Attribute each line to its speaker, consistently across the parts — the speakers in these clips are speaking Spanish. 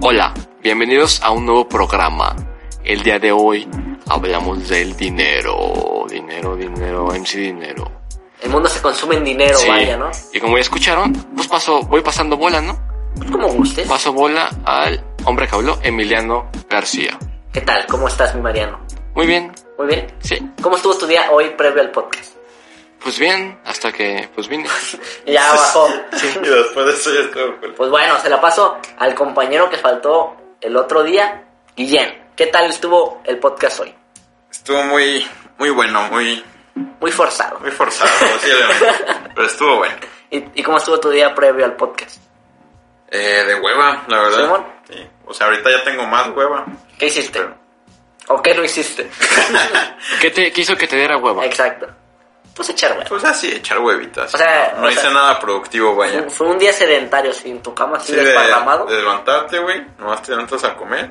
Speaker 1: Hola, bienvenidos a un nuevo programa. El día de hoy hablamos del dinero, dinero, dinero, MC dinero.
Speaker 2: El mundo se consume en dinero,
Speaker 1: Sí.
Speaker 2: vaya, ¿no?
Speaker 1: Y como ya escucharon, pues paso, voy pasando bola, ¿no?
Speaker 2: Como gustes.
Speaker 1: Paso bola al hombre que habló, Emiliano García.
Speaker 2: ¿Qué tal? ¿Cómo estás, mi Mariano?
Speaker 1: Muy bien,
Speaker 2: Muy bien.
Speaker 1: sí.
Speaker 2: ¿Cómo estuvo tu día hoy previo al podcast?
Speaker 1: Pues bien, hasta que pues vine.
Speaker 2: Ya bajó.
Speaker 3: Y después de eso ya estuvo cool.
Speaker 2: Pues bueno, se la paso al compañero que faltó el otro día, Guillén. ¿Qué tal estuvo el podcast hoy?
Speaker 3: Estuvo muy, muy bueno, muy,
Speaker 2: Muy forzado.
Speaker 3: muy forzado, posiblemente. pero estuvo bueno.
Speaker 2: ¿Y, y cómo estuvo tu día previo al podcast?
Speaker 3: Eh, de hueva, la verdad.
Speaker 2: ¿Simón?
Speaker 3: Sí. O sea, ahorita ya tengo más hueva.
Speaker 2: ¿Qué hiciste? ¿O qué no hiciste?
Speaker 1: ¿Qué te qué hizo que te diera hueva?
Speaker 2: Exacto. Pues echar hueva.
Speaker 3: Pues así, echar huevitas.
Speaker 2: O sea,
Speaker 3: no
Speaker 2: o
Speaker 3: hice
Speaker 2: sea-
Speaker 3: nada productivo, vaya.
Speaker 2: Fue- Fue un día sedentario, así, en tu cama, así,
Speaker 3: de,
Speaker 2: desparramado.
Speaker 3: de levantarte, güey. Nomás te levantas a comer.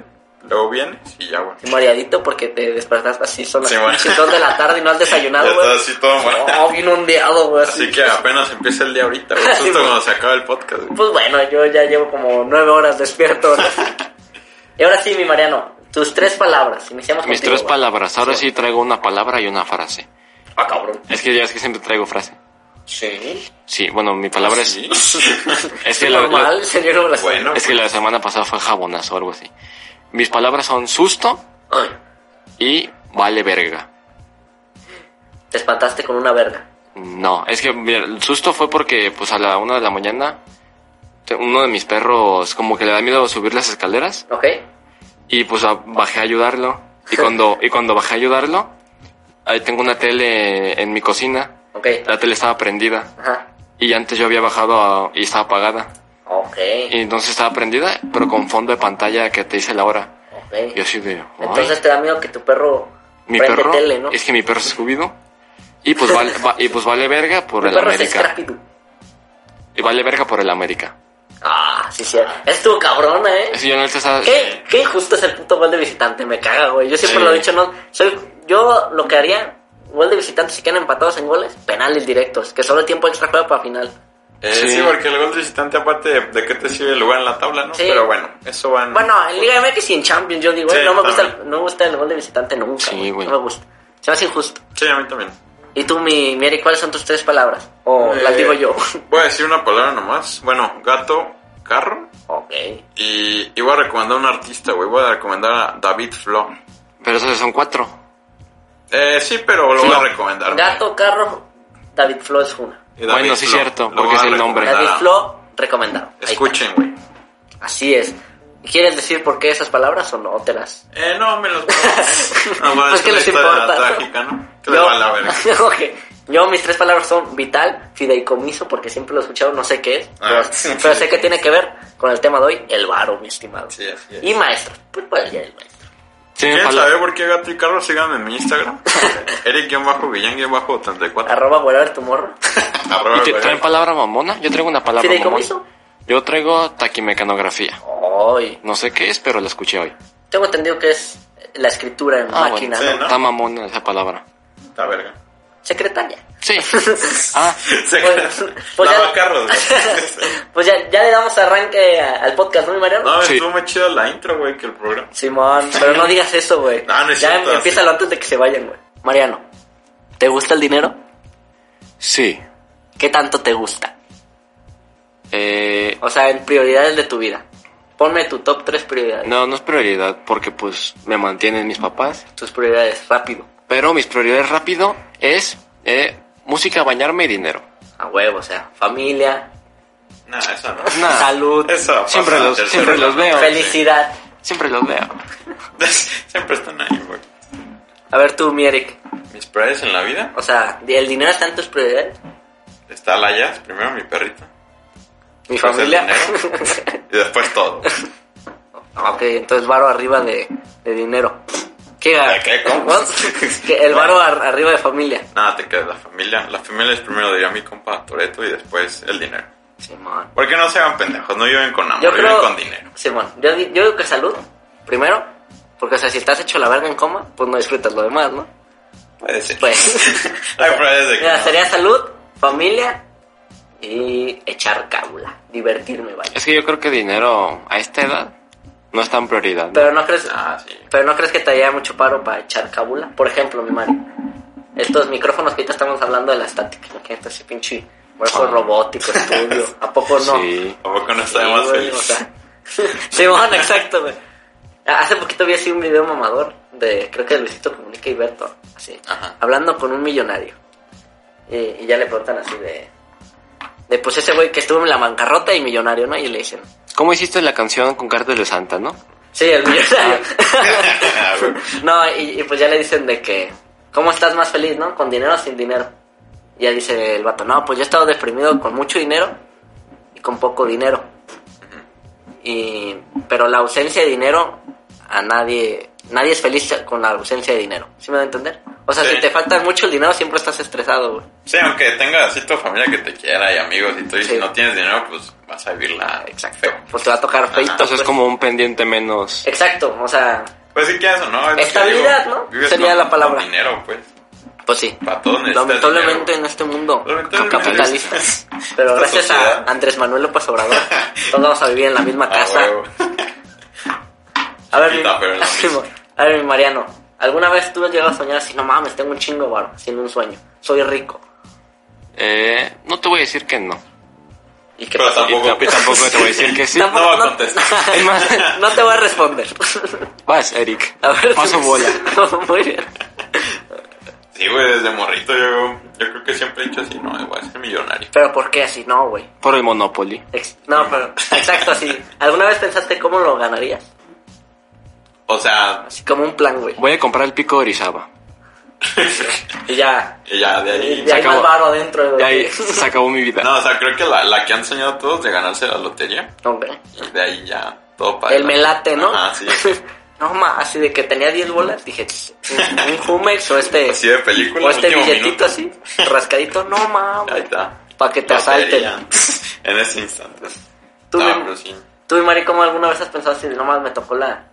Speaker 3: Luego vienes y ya, güey.
Speaker 2: así, mareadito porque te despertaste así, son las
Speaker 3: Sí, bueno.
Speaker 2: pinches dos de la tarde y no has
Speaker 3: ya
Speaker 2: desayunado,
Speaker 3: estás
Speaker 2: güey.
Speaker 3: así todo mal.
Speaker 2: No, bien ondeado, güey.
Speaker 3: Así que apenas empieza el día ahorita, güey.
Speaker 2: Sí,
Speaker 3: Justo
Speaker 2: bueno.
Speaker 3: cuando se acaba el podcast, güey.
Speaker 2: Pues bueno, yo ya llevo como nueve horas despierto. ¿no? y ahora sí, mi Mariano, tus tres palabras. Iniciamos
Speaker 1: Mis
Speaker 2: contigo,
Speaker 1: tres
Speaker 2: güey.
Speaker 1: palabras. Ahora sí traigo una palabra y una frase.
Speaker 2: Ah, cabrón.
Speaker 1: Es que ya es que siempre traigo frase.
Speaker 2: Sí.
Speaker 1: Sí, bueno, mi palabra es
Speaker 3: Sí.
Speaker 1: es que la- la-
Speaker 2: Ah, Normal, señor Obras.
Speaker 3: Bueno.
Speaker 1: es que la semana pasada fue jabonazo o algo así. Mis palabras son susto
Speaker 2: Ay,
Speaker 1: y vale verga.
Speaker 2: te espantaste con una verga.
Speaker 1: No, es que mira, el susto fue porque pues a la una de la mañana te- uno de mis perros como que le da miedo subir las escaleras
Speaker 2: ¿Ok?
Speaker 1: y pues a- bajé a ayudarlo y cuando y cuando bajé a ayudarlo ahí tengo una tele en mi cocina
Speaker 2: Ok.
Speaker 1: la tele estaba prendida
Speaker 2: Ajá.
Speaker 1: y antes yo había bajado a- y estaba apagada
Speaker 2: Ok.
Speaker 1: y entonces estaba prendida pero con fondo de pantalla que te dice la hora
Speaker 2: Ok.
Speaker 1: y así de "Ay".
Speaker 2: Entonces te da miedo que tu perro
Speaker 1: mi
Speaker 2: prende
Speaker 1: perro
Speaker 2: tele, ¿no?
Speaker 1: es que mi perro es subido y pues vale va- y pues vale verga por
Speaker 2: tu
Speaker 1: el
Speaker 2: perro es
Speaker 1: América
Speaker 2: Scrappy-Doo.
Speaker 1: y vale verga por el América
Speaker 2: Ah, sí, sí. Es tu cabrón, ¿eh?
Speaker 1: Eso yo no te estaba-
Speaker 2: ¿Qué, qué injusto es el puto gol de visitante, me caga, güey. Yo siempre
Speaker 1: Sí.
Speaker 2: lo he dicho, no. Soy, yo lo que haría, gol de visitante si quedan empatados en goles, penales directos, que solo el tiempo extra juega para final.
Speaker 3: Eh,
Speaker 1: Sí.
Speaker 3: sí. porque el gol de visitante, aparte de, de qué te sirve el lugar en la tabla, ¿no?
Speaker 2: Sí.
Speaker 3: Pero bueno, eso va en.
Speaker 2: Bueno, en Liga MX y en Champions, yo digo, güey,
Speaker 3: Mm. Sí,
Speaker 2: no, me gusta
Speaker 3: también.
Speaker 2: el, no me gusta el gol de visitante nunca.
Speaker 1: Sí, güey.
Speaker 2: No me gusta. Se me hace injusto.
Speaker 3: Sí, a mí también.
Speaker 2: Y tú, mi, mi Eric, ¿cuáles son tus tres palabras? O
Speaker 3: Eh,
Speaker 2: las digo yo.
Speaker 3: Voy a decir una palabra nomás. Bueno, gato, carro.
Speaker 2: ok.
Speaker 3: Y, y voy a recomendar a un artista, güey. Voy a recomendar a David Flo.
Speaker 1: Pero esos son cuatro.
Speaker 3: Eh, sí, pero lo voy
Speaker 1: Flo.
Speaker 3: a recomendar.
Speaker 2: Gato, carro, David Flo es una.
Speaker 3: Y David
Speaker 1: Bueno, sí, cierto,
Speaker 3: lo
Speaker 1: porque
Speaker 3: voy a
Speaker 1: es el nombre.
Speaker 3: recomendar
Speaker 2: David
Speaker 3: a-
Speaker 2: Flo, recomendado. Ahí está.
Speaker 3: Escuchen, güey.
Speaker 2: Así es. ¿Quieres decir por qué esas palabras o no te las
Speaker 3: Eh, no, me los voy a... No, bueno,
Speaker 2: Pues, ¿qué
Speaker 3: es una
Speaker 2: les
Speaker 3: historia
Speaker 2: importa?
Speaker 3: trágica, ¿no? Que les va a la verga.
Speaker 2: Ok. Yo, mis tres palabras son vital, fideicomiso, porque siempre lo he escuchado, no sé qué es,
Speaker 3: Ah,
Speaker 2: pero,
Speaker 3: sí.
Speaker 2: pero sé que tiene que ver con el tema de hoy, el varo, mi estimado.
Speaker 3: Sí, así es.
Speaker 2: Y maestro, pues pues ya el maestro.
Speaker 1: Sí,
Speaker 3: ¿Quieren
Speaker 1: pala-
Speaker 3: saber por qué gato y carro? Síganme en mi Instagram. Eric-Guillén-84.
Speaker 2: Arroba whatever tu morro.
Speaker 3: Arroba,
Speaker 1: ¿Y te
Speaker 3: güey.
Speaker 1: traen palabra mamona? Yo traigo una palabra
Speaker 2: ¿Fideicomiso?
Speaker 1: mamona. Yo traigo taquimecanografía.
Speaker 2: Ay,
Speaker 1: No sé qué es, pero la escuché hoy.
Speaker 2: tengo entendido que es la escritura en
Speaker 1: Ah,
Speaker 2: máquina,
Speaker 3: bueno, sí,
Speaker 2: ¿no?
Speaker 3: ¿no?
Speaker 1: Está mamona esa palabra.
Speaker 3: La verga.
Speaker 2: Secretaria.
Speaker 1: Sí. Ah,
Speaker 2: Pues- pues ya-
Speaker 3: Lava carros, güey.
Speaker 2: Pues ya, ya le damos arranque a- al podcast, ¿no, mi Mariano?
Speaker 3: No,
Speaker 1: Sí.
Speaker 3: estuvo más chida la intro, güey, que el programa.
Speaker 2: Simón, pero no digas eso, güey.
Speaker 3: Ah, No, no es
Speaker 2: ya
Speaker 3: cierto,
Speaker 2: empiézalo antes de que se vayan, güey. Mariano, ¿te gusta el dinero?
Speaker 1: sí.
Speaker 2: ¿Qué tanto te gusta?
Speaker 1: Eh,
Speaker 2: O sea, en prioridades de tu vida. Ponme tu top 3 prioridades.
Speaker 1: no, no es prioridad porque pues me mantienen mis papás.
Speaker 2: Tus prioridades, rápido.
Speaker 1: Pero mis prioridades rápido es eh, música, bañarme y dinero.
Speaker 2: A huevo, o sea, familia,
Speaker 3: No, eso no.
Speaker 1: Nah,
Speaker 2: salud,
Speaker 3: Eso pasa
Speaker 1: Siempre
Speaker 3: en
Speaker 1: los-
Speaker 3: tercer
Speaker 1: siempre
Speaker 3: lugar.
Speaker 1: los veo.
Speaker 2: felicidad.
Speaker 1: Siempre los veo.
Speaker 3: Siempre están ahí, güey.
Speaker 2: A ver tú, mi Eric.
Speaker 3: Mis prioridades en la vida.
Speaker 2: O sea, ¿el dinero está en tus prioridades?
Speaker 3: Está la jazz, primero mi perrito.
Speaker 2: ¿Mi
Speaker 3: Pues el
Speaker 2: familia?
Speaker 3: Y después todo.
Speaker 2: Ah, ok, entonces varo arriba de, de dinero. ¿Qué?
Speaker 3: ¿Qué? ¿Cómo?
Speaker 2: Que el varo ar- arriba de familia.
Speaker 3: Nada, te quedas la familia. La familia es primero, diría mi compa Toreto, y después el dinero.
Speaker 2: Simón.
Speaker 3: Porque no se hagan pendejos, no viven con amor,
Speaker 2: Yo
Speaker 3: viven
Speaker 2: creo.
Speaker 3: con dinero.
Speaker 2: Simón, yo, di- yo digo que salud, primero. Porque, o sea, si estás hecho la verga en coma, pues no disfrutas lo demás, ¿no?
Speaker 3: Puede ser.
Speaker 2: Pues.
Speaker 3: Hay probabilidades de que
Speaker 2: Mira,
Speaker 3: no.
Speaker 2: sería salud, familia y echar cábula. Divertirme, vaya.
Speaker 1: Es que yo creo que dinero a esta edad no es tan prioridad. ¿no?
Speaker 2: Pero no crees,
Speaker 3: Ah, sí.
Speaker 2: pero no crees que te haya mucho paro para echar cábula. Por ejemplo, mi Mario. Estos micrófonos que ahorita estamos hablando de la estática. Imagínate ese pinche marco
Speaker 1: Ah.
Speaker 2: robótico, estudio. ¿A poco no?
Speaker 1: Sí.
Speaker 3: Tampoco no
Speaker 2: Sí,
Speaker 3: está de más
Speaker 2: güey,
Speaker 3: feliz.
Speaker 2: o sea, sí, bueno, exacto, güey. Hace poquito vi así un video mamador de, creo que de Luisito Comunica y Berto, así,
Speaker 3: Ajá.
Speaker 2: hablando con un millonario. Y, y ya le preguntan así de, de pues ese güey que estuvo en la bancarrota y millonario, ¿no? Y le dicen,
Speaker 1: ¿Cómo hiciste la canción con Cartel de Santa, no?
Speaker 2: sí, el millonario.
Speaker 3: Ah, güey.
Speaker 2: no, y, y pues ya le dicen de que, ¿cómo estás más feliz, no? ¿Con dinero o sin dinero? Y ya dice el vato, no, pues yo he estado deprimido con mucho dinero y con poco dinero. Y, pero la ausencia de dinero, a nadie, nadie es feliz con la ausencia de dinero. ¿Sí me da a entender? O sea,
Speaker 3: Sí.
Speaker 2: si te falta mucho el dinero, siempre estás estresado, güey.
Speaker 3: Sí, aunque tengas así tu familia que te quiera y amigos y todo, y
Speaker 2: Sí.
Speaker 3: si no tienes dinero, pues vas a vivirla exacto.
Speaker 2: Pues te va a tocar feito.
Speaker 1: Entonces
Speaker 2: pues.
Speaker 1: es como un pendiente menos.
Speaker 2: Exacto, o sea,
Speaker 3: Pues si quieres o no. es lo que
Speaker 2: Estabilidad,
Speaker 3: digo,
Speaker 2: ¿no?
Speaker 3: vives
Speaker 2: Sería
Speaker 3: con-
Speaker 2: la palabra.
Speaker 3: con dinero, pues.
Speaker 2: pues sí.
Speaker 3: Para todos necesitas
Speaker 2: Lamentablemente
Speaker 3: dinero.
Speaker 2: en este mundo
Speaker 3: Lamentablemente.
Speaker 2: capitalistas. Pero
Speaker 3: Esta
Speaker 2: gracias
Speaker 3: sociedad.
Speaker 2: a Andrés Manuel López Obrador, todos vamos a vivir en la misma
Speaker 3: Ah,
Speaker 2: casa.
Speaker 3: huevo.
Speaker 2: A ver, mi,
Speaker 3: Chiquita, pero es lo
Speaker 2: Sí,
Speaker 3: mismo.
Speaker 2: mo- a ver, mi Mariano, ¿alguna vez tú has llegado a soñar así? No mames, tengo un chingo varo, sin un sueño. Soy rico.
Speaker 1: Eh, no te voy a decir que no.
Speaker 2: ¿Y qué
Speaker 3: Pero
Speaker 2: pasó?
Speaker 1: Y
Speaker 3: Tampoco.
Speaker 1: tamp- tampoco te voy a decir que sí.
Speaker 2: Tampoco-
Speaker 3: no va a contestar.
Speaker 1: Es más,
Speaker 2: no te voy a responder.
Speaker 1: vas, Eric.
Speaker 2: A ver, pues.
Speaker 1: Paso bola.
Speaker 2: Muy bien.
Speaker 3: Sí, güey, desde morrito yo, yo creo que siempre he dicho así, no, voy a ser millonario.
Speaker 2: Pero ¿por qué así? No, güey.
Speaker 1: Por el Monopoly.
Speaker 2: Ex- No, pero exacto así. ¿Alguna vez pensaste cómo lo ganarías?
Speaker 3: O sea,
Speaker 2: Así como un plan, güey.
Speaker 1: Voy a comprar el pico de Orizaba.
Speaker 2: Y ya.
Speaker 3: y ya de
Speaker 2: Y
Speaker 3: ahí...
Speaker 2: ya hay más
Speaker 1: acabó.
Speaker 2: varo adentro.
Speaker 1: Y
Speaker 2: güey.
Speaker 1: ahí se acabó mi vida.
Speaker 3: No, o sea, creo que la, la que han soñado todos de ganarse la lotería,
Speaker 2: Hombre.
Speaker 3: y de ahí ya todo para...
Speaker 2: El melate, ¿no?
Speaker 3: Ah, sí.
Speaker 2: no, ma, así de que tenía 10 bolas, dije, un, un Jumex o este,
Speaker 3: Así de película,
Speaker 2: o este
Speaker 3: último
Speaker 2: billetito
Speaker 3: minuto.
Speaker 2: así, rascadito, no, ma,
Speaker 3: Ahí está.
Speaker 2: para que te
Speaker 3: Lotería.
Speaker 2: asalten.
Speaker 3: En ese instante.
Speaker 2: Tú,
Speaker 3: no,
Speaker 2: mi-
Speaker 3: pero sí.
Speaker 2: Tú y Mari, ¿cómo alguna vez has pensado así de, no más me tocó la,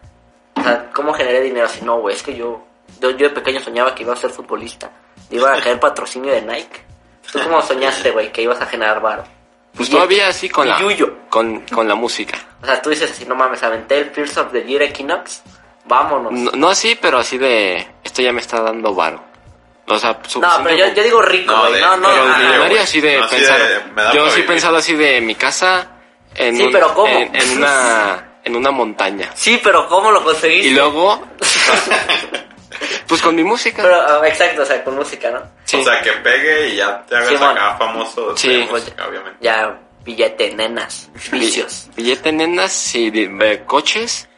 Speaker 2: o sea, cómo generé dinero? Así, no, güey, es que yo, yo, yo de pequeño soñaba que iba a ser futbolista, iba a caer patrocinio de Nike. ¿Tú cómo soñaste, güey, que ibas a generar varo?
Speaker 1: Pues
Speaker 2: Y-
Speaker 1: todavía así con
Speaker 2: y
Speaker 1: la,
Speaker 2: Yuyo.
Speaker 1: con, con la música.
Speaker 2: O sea, tú dices así, no mames, aventé el Pierce of the Year Equinox, vámonos.
Speaker 1: No, no así, pero así de... Esto ya me está dando varo. O sea,
Speaker 2: No, pero yo, yo digo rico, güey.
Speaker 3: de-
Speaker 2: No, no,
Speaker 3: pero
Speaker 2: ajá.
Speaker 3: de-
Speaker 1: millonario
Speaker 3: güey.
Speaker 1: Ah, así de
Speaker 3: No, así
Speaker 1: pensar.
Speaker 3: de- me
Speaker 1: yo
Speaker 3: da para
Speaker 1: sí he
Speaker 3: vivir.
Speaker 1: pensado así de mi casa en,
Speaker 2: Sí, pero ¿cómo?
Speaker 1: en, en una en una montaña.
Speaker 2: Sí, pero ¿cómo lo conseguiste?
Speaker 1: Y luego pues con mi música.
Speaker 2: Pero, ah, exacto, o sea, con música, ¿no?
Speaker 1: Sí.
Speaker 3: O sea, que pegue y ya te hagas
Speaker 2: Simón.
Speaker 3: acá famoso. de
Speaker 1: Sí. pues
Speaker 3: música, obviamente.
Speaker 2: Ya, billete, nenas, vicios,
Speaker 1: Billete nenas y de- de coches,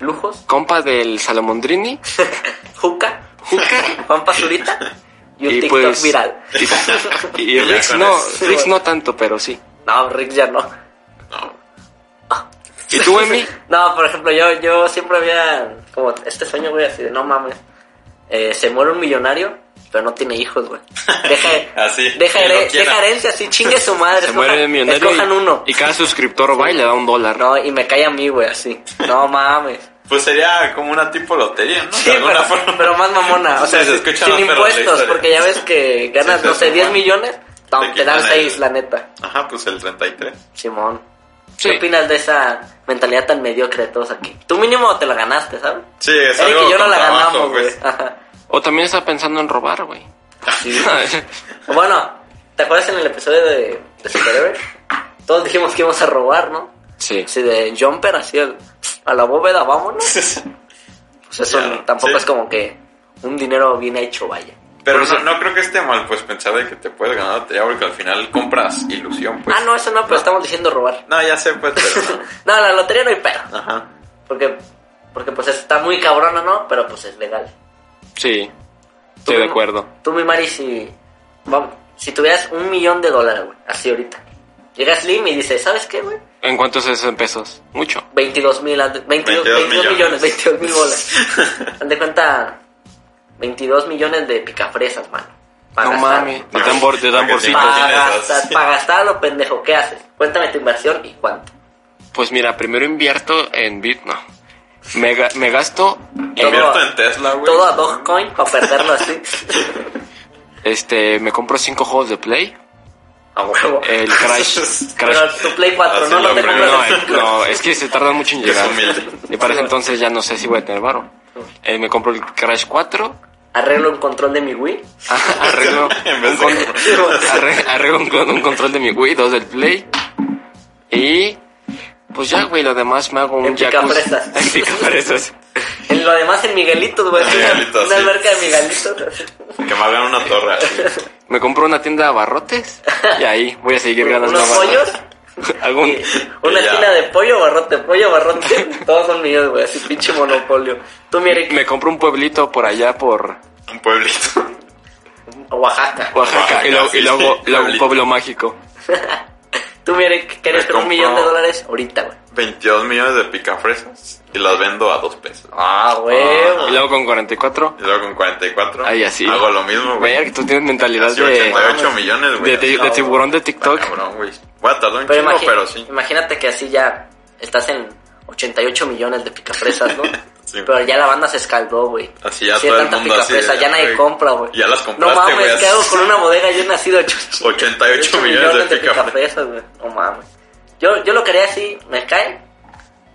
Speaker 2: lujos,
Speaker 1: compa del Salomondrini,
Speaker 2: juca,
Speaker 1: Juca
Speaker 2: Juan Pazurita y un
Speaker 1: y
Speaker 2: TikTok
Speaker 1: pues
Speaker 2: viral.
Speaker 1: y- Y,
Speaker 3: Ya
Speaker 1: Rix
Speaker 3: con
Speaker 1: no,
Speaker 3: eso.
Speaker 1: Rix no tanto, pero sí.
Speaker 2: No, Rick ya no.
Speaker 3: No.
Speaker 1: ¿Y tú, Emi?
Speaker 2: No, por ejemplo, yo, yo siempre había como este sueño, güey, así de no mames. Eh, se muere un millonario, pero no tiene hijos, güey. Deja,
Speaker 3: Así,
Speaker 2: deja,
Speaker 3: que lo
Speaker 2: here-
Speaker 3: quiera.
Speaker 2: deja herencia, así chingue su madre.
Speaker 1: Se muere
Speaker 2: escojan-
Speaker 1: el millonario
Speaker 2: Escojan uno.
Speaker 1: y, y cada suscriptor va y le da un dólar.
Speaker 2: No, y me cae a mí, güey, así. No mames.
Speaker 3: Pues sería como una tipo lotería, ¿no?
Speaker 2: Sí,
Speaker 3: de alguna
Speaker 2: pero,
Speaker 3: forma.
Speaker 2: pero más mamona. O sea,
Speaker 3: Sí, se
Speaker 2: sin-
Speaker 3: escucha
Speaker 2: sin
Speaker 3: más perro la
Speaker 2: impuestos,
Speaker 3: historia.
Speaker 2: porque ya ves que ganas,
Speaker 3: Sí,
Speaker 2: no
Speaker 3: sí,
Speaker 2: sé,
Speaker 3: sí,
Speaker 2: 10
Speaker 3: sí.
Speaker 2: millones, tam,
Speaker 3: Te
Speaker 2: te dan
Speaker 3: quitan
Speaker 2: 6,
Speaker 3: el-
Speaker 2: la neta.
Speaker 3: Ajá, pues el 33.
Speaker 2: Simón.
Speaker 1: Sí.
Speaker 2: ¿Qué opinas de esa mentalidad tan mediocre de todos aquí? Tú mínimo te la ganaste, ¿sabes?
Speaker 3: Sí, es
Speaker 2: Eric
Speaker 3: algo
Speaker 2: y yo no
Speaker 3: con
Speaker 2: la
Speaker 3: trabajo,
Speaker 2: ganamos, güey.
Speaker 3: pues.
Speaker 2: Ajá.
Speaker 1: O también está pensando en robar, güey.
Speaker 2: Sí. bueno, ¿te acuerdas en el episodio de, de Superhéroe? Todos dijimos que íbamos a robar, ¿no?
Speaker 1: Sí.
Speaker 2: Así de jumper, así el- a la bóveda, vámonos. Pues eso
Speaker 3: Ya,
Speaker 2: tampoco
Speaker 3: sí.
Speaker 2: es como que un dinero bien hecho, vaya.
Speaker 3: Pero
Speaker 1: Por eso-
Speaker 3: no, no creo que esté mal, pues, pensar de que te puedes ganar la lotería porque al final compras ilusión, pues.
Speaker 2: ah, no, eso no, pero estamos diciendo robar.
Speaker 3: No, ya sé, pues, pero
Speaker 2: No, la lotería no hay pedo.
Speaker 3: no. Ajá.
Speaker 2: Porque, porque pues está muy cabrona, ¿no? Pero pues es legal.
Speaker 1: Sí,
Speaker 2: Tú,
Speaker 1: estoy de
Speaker 2: mi-
Speaker 1: acuerdo.
Speaker 2: Tú, mi Mari, si, vamos, si tuvieras un millón de dólares, güey, así ahorita. Llega Slim y dice, ¿sabes qué, güey?
Speaker 1: ¿En cuánto es eso en pesos? Mucho.
Speaker 2: 22 mil, haz de- 22,
Speaker 3: 22
Speaker 2: 22 millones,
Speaker 3: millones.
Speaker 2: 22 mil bolas. Haz de cuenta, 22 millones de picafresas, mano. Pa'
Speaker 1: no
Speaker 2: gastar.
Speaker 1: mames, de, tambor, de
Speaker 3: Porque
Speaker 1: tamborcito.
Speaker 3: sí.
Speaker 2: Para
Speaker 3: tienes
Speaker 2: gastar,
Speaker 3: dos.
Speaker 2: pa' gastar a lo pendejo, ¿qué haces? Cuéntame tu inversión y cuánto.
Speaker 1: Pues mira, primero invierto en Bitno. Me, ga- me gasto
Speaker 3: Invierto
Speaker 2: Todo-
Speaker 3: en Tesla, güey.
Speaker 2: Todo a Dogecoin para perderlo así.
Speaker 1: Este, me compro cinco juegos de Play.
Speaker 2: a huevo.
Speaker 1: El Crash. Crash
Speaker 2: Pero tu Play 4 no
Speaker 3: Así
Speaker 2: lo
Speaker 3: lo
Speaker 2: te
Speaker 3: primero,
Speaker 2: compras.
Speaker 3: eh.
Speaker 1: no, no, es que se tardan mucho en
Speaker 3: Que es
Speaker 1: llegar.
Speaker 3: humilde.
Speaker 1: Y para ese entonces ya no sé si voy a tener varo. Eh, me compro el Crash 4.
Speaker 2: Arreglo un control de mi Wii.
Speaker 1: Arreglo,
Speaker 3: En vez
Speaker 1: un
Speaker 3: de-
Speaker 1: con- arre- arreglo un, con- un control de mi Wii, dos del Play. Y. Pues ya, güey, lo demás me hago un
Speaker 2: En picafresas.
Speaker 1: jacuzzi- en picafresas.
Speaker 2: En lo demás en Miguelitos, güey.
Speaker 3: En Miguelitos,
Speaker 2: una
Speaker 3: sí.
Speaker 2: alberca de Miguelitos.
Speaker 3: Que me hagan una torre así.
Speaker 1: Me compro una tienda de abarrotes. Y ahí voy a seguir ganando
Speaker 2: Unos pollos.
Speaker 1: abarrotes. Algún.
Speaker 2: Una
Speaker 3: Ya.
Speaker 2: esquina de pollo barrote, pollo barrote. Todos son míos, güey. Así pinche monopolio. Tú, mi Eric,
Speaker 1: Me compro un pueblito por allá, por
Speaker 3: Un pueblito.
Speaker 2: Oaxaca.
Speaker 1: Oaxaca. Y luego, y
Speaker 3: sí,
Speaker 1: luego,
Speaker 3: sí,
Speaker 1: luego un
Speaker 3: pueblito.
Speaker 1: pueblo mágico.
Speaker 2: Tú, mi Eric, ¿quieres
Speaker 3: Me
Speaker 2: tener un
Speaker 3: compro-
Speaker 2: millón de dólares ahorita, güey?
Speaker 3: 22 millones de picafresas y las vendo a 2 pesos.
Speaker 2: Ah,
Speaker 1: Y
Speaker 2: huevo.
Speaker 1: luego con 44.
Speaker 3: Y luego con 44
Speaker 1: Ahí así.
Speaker 3: hago lo mismo, güey.
Speaker 1: Ver, tú tienes mentalidad
Speaker 3: Así
Speaker 1: de.
Speaker 3: 88 millones, güey.
Speaker 1: De, de- de tiburón de TikTok.
Speaker 3: Ah, Cabrón, güey. Voy a tardar un
Speaker 2: Pero,
Speaker 3: chingo,
Speaker 2: imagi-
Speaker 3: pero sí.
Speaker 2: imagínate que así ya estás en 88 millones de picafresas, ¿no?
Speaker 3: Sí.
Speaker 2: Pero ya la banda se escaldó, güey.
Speaker 3: Así ya
Speaker 2: Sí,
Speaker 3: todo el
Speaker 2: tanta
Speaker 3: mundo así de,
Speaker 2: picafresa, ya nadie
Speaker 3: güey,
Speaker 2: compra, güey.
Speaker 3: ya las
Speaker 2: No
Speaker 3: compraste,
Speaker 2: mames,
Speaker 3: güey,
Speaker 2: ¿qué
Speaker 3: así.
Speaker 2: hago con una bodega yo nacido 88,
Speaker 3: 88 millones de picafresas.
Speaker 2: picafresas, güey? No mames. Yo, yo lo quería así, me cae.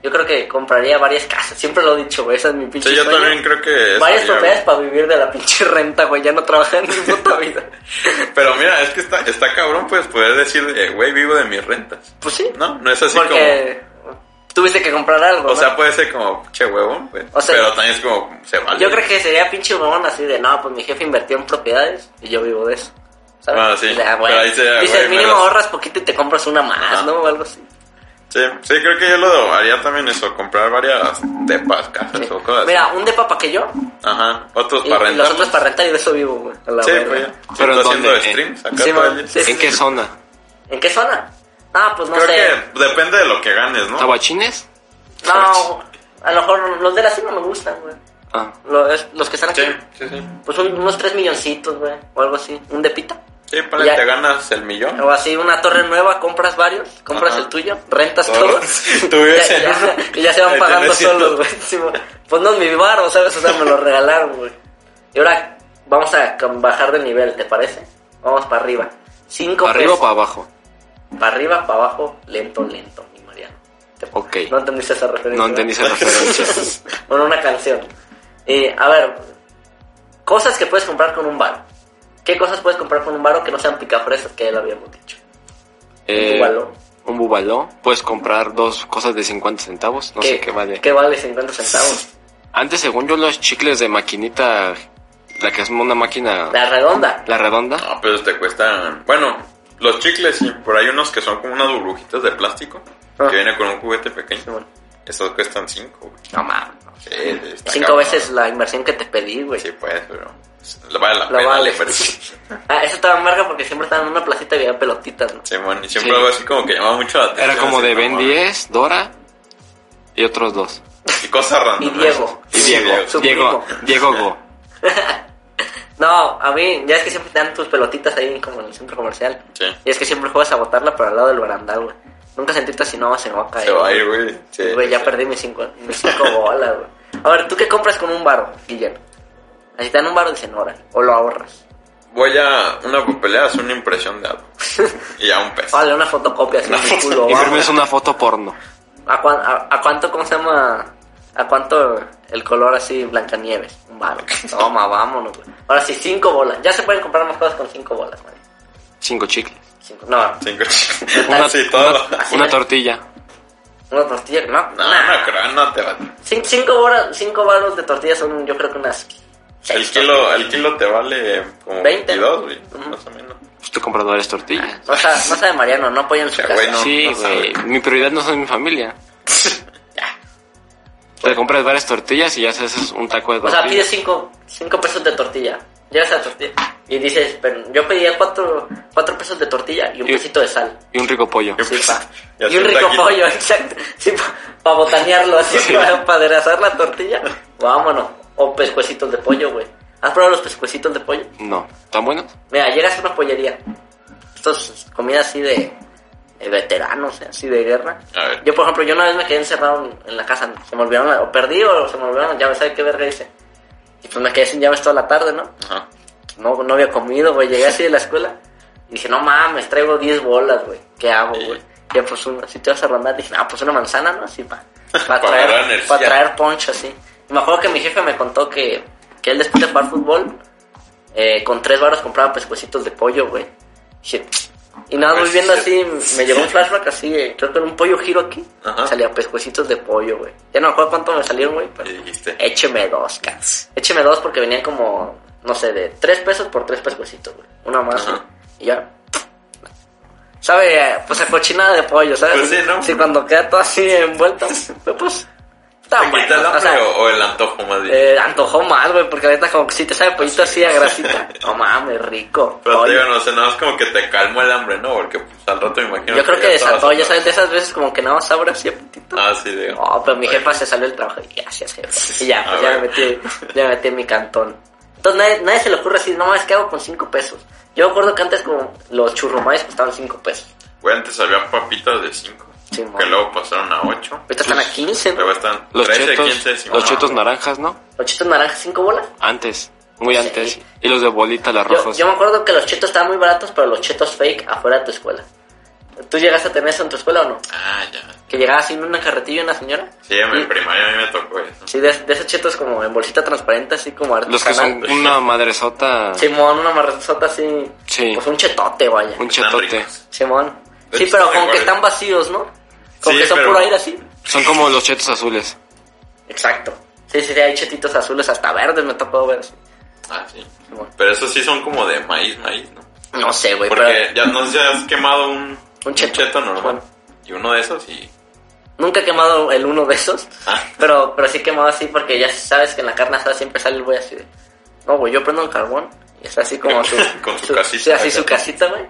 Speaker 2: Yo creo que compraría varias casas, siempre lo he dicho, güey, esa es mi pinche
Speaker 3: Sí, yo
Speaker 2: sueño.
Speaker 3: también creo que. es
Speaker 2: Varias
Speaker 3: haría, güey.
Speaker 2: propiedades para vivir de la pinche renta, güey, ya no trabajar en mi puta vida.
Speaker 3: Pero mira, es que está, está cabrón, pues, poder decir, eh, güey, vivo de mis rentas.
Speaker 2: Pues sí.
Speaker 3: No, no es así
Speaker 2: Porque tuviste que comprar algo,
Speaker 3: como. O
Speaker 2: ¿no?
Speaker 3: sea, puede ser como, che huevón, pues.
Speaker 2: O sea,
Speaker 3: pero también es como, se vale.
Speaker 2: Yo creo que sería pinche mamón así de, no, pues mi jefe invirtió en propiedades y yo vivo de eso. ¿Sabes?
Speaker 3: Ah, sí.
Speaker 2: O sea, güey,
Speaker 3: Pero ahí sería,
Speaker 2: dices,
Speaker 3: güey, me
Speaker 2: mínimo
Speaker 3: las-
Speaker 2: ahorras poquito y te compras una más,
Speaker 3: Ajá.
Speaker 2: ¿no? O algo así.
Speaker 3: Sí, sí, creo que yo lo haría también eso, comprar varias depas, casas
Speaker 2: Sí.
Speaker 3: o cosas. así.
Speaker 2: Mira, un depa para que yo
Speaker 3: Ajá, otros
Speaker 2: y,
Speaker 3: para
Speaker 2: y
Speaker 3: Pues rentar.
Speaker 2: los otros para rentar y de eso vivo, güey. a la
Speaker 3: Sí,
Speaker 2: verga.
Speaker 3: pues ya. Si
Speaker 1: Pero
Speaker 3: estás
Speaker 1: ¿dónde?
Speaker 3: haciendo streams acá
Speaker 2: Sí,
Speaker 3: todo
Speaker 2: man,
Speaker 3: el-
Speaker 2: sí.
Speaker 1: ¿En qué zona?
Speaker 2: ¿En qué zona? Ah, pues no
Speaker 3: Creo
Speaker 2: sé.
Speaker 3: que depende de lo que ganes,
Speaker 1: Ah,
Speaker 3: ¿no?
Speaker 1: ¿Tabachines?
Speaker 2: No, a lo mejor los de la cima me gustan, güey.
Speaker 1: Ah.
Speaker 2: Lo- es- Los, que están aquí.
Speaker 3: Sí, sí, sí.
Speaker 2: Pues un- unos tres milloncitos, güey. O algo así. Un depita.
Speaker 3: Sí, para
Speaker 2: Ya.
Speaker 3: te ganas el millón.
Speaker 2: O así, una torre nueva, compras varios, compras
Speaker 3: Ajá.
Speaker 2: el tuyo, rentas
Speaker 3: Todos.
Speaker 2: todos.
Speaker 3: Tú vives
Speaker 2: Ya-
Speaker 3: en
Speaker 2: ya-
Speaker 3: uno.
Speaker 2: Y ya se van
Speaker 3: Ahí
Speaker 2: pagando
Speaker 3: tienes cientos.
Speaker 2: solos, güey. Sí, güey. Pues no es mi varo, ¿sabes? O sea, me lo regalaron, güey. Y ahora vamos a cam- bajar de nivel, ¿te parece? Vamos para arriba. Cinco
Speaker 1: ¿Para arriba o
Speaker 2: pesos.
Speaker 1: para abajo?
Speaker 2: Para arriba, para abajo, lento, lento, mi Mariano. Te-
Speaker 1: Ok.
Speaker 2: No entendiste esa referencia.
Speaker 1: No entendí esa referencia.
Speaker 2: ¿verdad? Bueno, una canción. Eh, a ver, cosas que puedes comprar con un varo. ¿Qué cosas puedes comprar con un varo que no sean picafresas que ya lo habíamos dicho?
Speaker 1: Eh,
Speaker 2: bubaló.
Speaker 1: Un bubaló. Puedes comprar dos cosas de 50 centavos. No sé qué vale.
Speaker 2: ¿Qué vale 50 centavos?
Speaker 1: Antes, según yo, los chicles de maquinita, la que es una máquina,
Speaker 2: La redonda.
Speaker 1: la redonda,
Speaker 3: No, pero te cuestan. Bueno, los chicles, sí, pero hay unos que son como unas burbujitas de plástico
Speaker 2: Ah.
Speaker 3: que viene con un juguete
Speaker 2: Sí,
Speaker 3: pequeño.
Speaker 2: bueno.
Speaker 3: Esos cuestan 5, güey.
Speaker 2: No mames.
Speaker 3: Sí, sí, está
Speaker 2: Cinco
Speaker 3: cabrón.
Speaker 2: veces la inversión que te pedí, güey.
Speaker 3: Sí, pues, pero. Vale la
Speaker 2: La
Speaker 3: pena
Speaker 2: vale.
Speaker 3: la inversión.
Speaker 2: Ah, esa estaba amarga porque siempre estaba en una placita y había pelotitas, ¿no?
Speaker 3: Sí, bueno, y siempre
Speaker 1: Sí.
Speaker 3: algo así como que llamaba mucho la atención.
Speaker 1: era como
Speaker 3: así
Speaker 1: de Ben
Speaker 3: como-
Speaker 1: 10, Dora y otros dos.
Speaker 3: Y cosas random.
Speaker 2: Y Diego.
Speaker 1: Y Diego,
Speaker 2: Su
Speaker 1: Diego,
Speaker 2: primo.
Speaker 1: Diego Go.
Speaker 2: No, a mí, ya es que siempre te dan tus pelotitas ahí como en el centro comercial.
Speaker 3: Sí.
Speaker 2: Y es que siempre juegas a botarla pero al lado del barandal, güey. Nunca sentiste así, no, se me va a caer.
Speaker 3: Se va a ir, güey. Sí,
Speaker 2: Güey, ya
Speaker 3: sí.
Speaker 2: perdí mis cinco, mis cinco bolas, güey. A ver, ¿tú qué compras con un varo, Guillermo? Así te dan un varo, dicen, órale, o lo ahorras.
Speaker 3: Voy a una papelera, hacer una impresión de algo. y a un peso.
Speaker 2: Vale, una fotocopia, así,
Speaker 3: Una
Speaker 2: mi
Speaker 3: foto-
Speaker 2: culo, va, güey.
Speaker 1: Imprimes una foto porno.
Speaker 2: ¿A, cuán- a, a cuánto, cómo se llama? ¿A cuánto el color así, Blancanieves? Un varo. Toma, vámonos, güey. Ahora sí, cinco bolas. Ya se pueden comprar más cosas con cinco bolas, güey.
Speaker 1: Cinco chicles.
Speaker 2: Cinco, no,
Speaker 3: Cinco
Speaker 2: Una-
Speaker 3: Una, Ah, sí, todo.
Speaker 1: Una, una tortilla.
Speaker 2: una tortilla, no,
Speaker 3: No,
Speaker 2: nah.
Speaker 3: no creo, no te va.
Speaker 2: Cin- cinco, bolas, cinco baros de tortillas son, yo creo que unas.
Speaker 3: El
Speaker 2: seis
Speaker 3: kilo, el kilo te vale como
Speaker 2: 20,
Speaker 3: 22, güey,
Speaker 2: Ujú.
Speaker 3: más o menos.
Speaker 1: Pues tú compras varias tortillas.
Speaker 2: tortillas. No sabe, no sabe Mariano, Ah, no apoyen su
Speaker 3: Ya,
Speaker 2: casa.
Speaker 3: güey, no.
Speaker 1: sí,
Speaker 3: sabe.
Speaker 1: güey. Mi prioridad no son mi familia. Te compras varias tortillas y ya haces un taco de
Speaker 2: O sea, pides
Speaker 1: tortillas.
Speaker 2: cinco, cinco pesos de tortilla. Llegas a la tortilla y dices, pero yo pedía cuatro, cuatro pesos de tortilla y un
Speaker 1: Y-
Speaker 2: pesito de sal.
Speaker 1: Y un rico pollo.
Speaker 2: Sí, pa.
Speaker 3: Y
Speaker 2: Y un
Speaker 3: así
Speaker 2: rico
Speaker 3: aquí.
Speaker 2: pollo, exacto. Sí, para botanearlo así, para aderezar la tortilla. Vámonos. O pescuecitos de pollo, güey. ¿Has probado los pescuecitos de pollo?
Speaker 1: No. ¿Tan buenos?
Speaker 2: Mira, llegas a una pollería. Esto es comida así de, eh, veteranos, eh, así de guerra.
Speaker 3: A ver.
Speaker 2: Yo, por ejemplo, yo una vez me quedé encerrado en- en la casa, se me olvidaron, la- o perdí o se me olvidaron las llaves, ¿sabes qué verga hice? Y pues me quedé sin llaves toda la tarde, ¿no?
Speaker 3: Ajá.
Speaker 2: No, no había comido, güey, llegué así de la escuela y dije, no mames, traigo 10 bolas, güey, ¿qué hago,
Speaker 3: Sí.
Speaker 2: güey? Ya pues, un- así te vas a rondar, dije, ah, pues una manzana, ¿no? Así para
Speaker 3: Para agarrar
Speaker 2: traer,
Speaker 3: energía.
Speaker 2: pa traer poncho, así. Y me acuerdo que mi jefe me contó que, que él después de jugar fútbol, eh, con tres varos compraba pescuecitos de pollo, güey. Dije, Y nada,
Speaker 3: Ah,
Speaker 2: más
Speaker 3: sí,
Speaker 2: viendo
Speaker 3: sí.
Speaker 2: así, me llegó un flashback así, eh, creo que era un pollo giro aquí,
Speaker 3: Ajá.
Speaker 2: salía pescuecitos de pollo, güey. Ya no me acuerdo cuánto me salieron, güey, pero
Speaker 3: ¿Qué
Speaker 2: Eh,
Speaker 3: dijiste?
Speaker 2: écheme dos, cats. Écheme dos porque venían como, no sé, de tres pesos por tres pescuecitos, güey. Una más,
Speaker 3: Ajá.
Speaker 2: güey. Y ya. Sabe, eh, pues a cochinada de pollo, ¿sabes?
Speaker 3: Pues sí, ¿no?
Speaker 2: Sí, cuando queda todo así envuelto, pues, pues, está
Speaker 3: ¿Te quita el
Speaker 2: bueno.
Speaker 3: hambre
Speaker 2: O sea,
Speaker 3: o, o el antojo más bien?
Speaker 2: eh, antojó mal, güey, porque ahorita como que si te sabe pollito así a grasita. No mames, rico.
Speaker 3: Pues Pero te
Speaker 2: pollo.
Speaker 3: digo, no sé, nada más como que te calma el hambre, ¿no? Porque pues, al rato me imagino
Speaker 2: Yo creo que
Speaker 3: estabas
Speaker 2: desató, ya
Speaker 3: otra
Speaker 2: sabes, de esas veces como que nada más abre así a poquito.
Speaker 3: vez. Ah, sí, digo.
Speaker 2: No, Oh, pero mi jefa se salió del trabajo y gracias, jefa. Y ya,
Speaker 3: A
Speaker 2: pues ya me
Speaker 3: ver.
Speaker 2: metí, ya me metí en mi cantón. Entonces nadie, nadie se le ocurre decir, no mames, ¿qué hago con 5 pesos? Yo me acuerdo que antes como los churromares costaban 5 pesos.
Speaker 3: Güey, antes había papitas de 5.
Speaker 2: Sí,
Speaker 3: que
Speaker 2: mon.
Speaker 3: luego pasaron a 8.
Speaker 2: Ahorita están a 15, ¿no?
Speaker 3: Luego están
Speaker 1: Los
Speaker 3: 13,
Speaker 1: chetos,
Speaker 3: 15, decimos,
Speaker 1: los
Speaker 3: no.
Speaker 2: Ah,
Speaker 1: chetos naranjas, ¿no?
Speaker 2: Los chetos naranjas, 5 bolas.
Speaker 1: Antes, muy
Speaker 2: Sí.
Speaker 1: antes. Y los de bolita, las
Speaker 2: Yo,
Speaker 1: rojas.
Speaker 2: yo me acuerdo que los chetos estaban muy baratos, pero los chetos fake afuera de tu escuela. ¿Tú llegaste a tener eso en tu escuela o no?
Speaker 3: Ah, ya.
Speaker 2: Que llegaba así en una carretilla una señora.
Speaker 3: Sí, en mi
Speaker 2: Y-
Speaker 3: primaria a mí me tocó eso.
Speaker 2: Sí, de, de esos chetos como en bolsita transparente, así como
Speaker 1: Los que
Speaker 2: artesanal.
Speaker 1: son una madresota.
Speaker 2: Simón, una marrazota así.
Speaker 1: Sí.
Speaker 2: Pues un chetote, vaya.
Speaker 1: Un
Speaker 3: Están
Speaker 1: chetote.
Speaker 3: ricos.
Speaker 2: Simón.
Speaker 3: De
Speaker 2: Sí,
Speaker 3: hecho,
Speaker 2: pero
Speaker 3: está
Speaker 2: como
Speaker 3: igual.
Speaker 2: que están vacíos, ¿no? Como
Speaker 3: Sí,
Speaker 2: que son
Speaker 3: pero-
Speaker 2: puro aire así.
Speaker 1: Son como los chetos azules.
Speaker 2: Exacto. Sí, sí, sí, hay chetitos azules hasta verdes, me tocó ver así.
Speaker 3: Ah, sí.
Speaker 2: Simón.
Speaker 3: Pero esos sí son como de maíz, maíz, ¿no?
Speaker 2: No sé, güey,
Speaker 3: Porque
Speaker 2: pero
Speaker 3: ya no se has quemado un,
Speaker 2: Un cheto.
Speaker 3: normal.
Speaker 2: Bueno.
Speaker 3: Y uno de esos y...
Speaker 2: nunca he quemado el uno de esos.
Speaker 3: Ah,
Speaker 2: Pero, pero sí he quemado así porque ya sabes que en la carne asada siempre sale el güey así de... No, güey, yo prendo el carbón y está así como su...
Speaker 3: Con su casita.
Speaker 2: sí, así su casita, güey.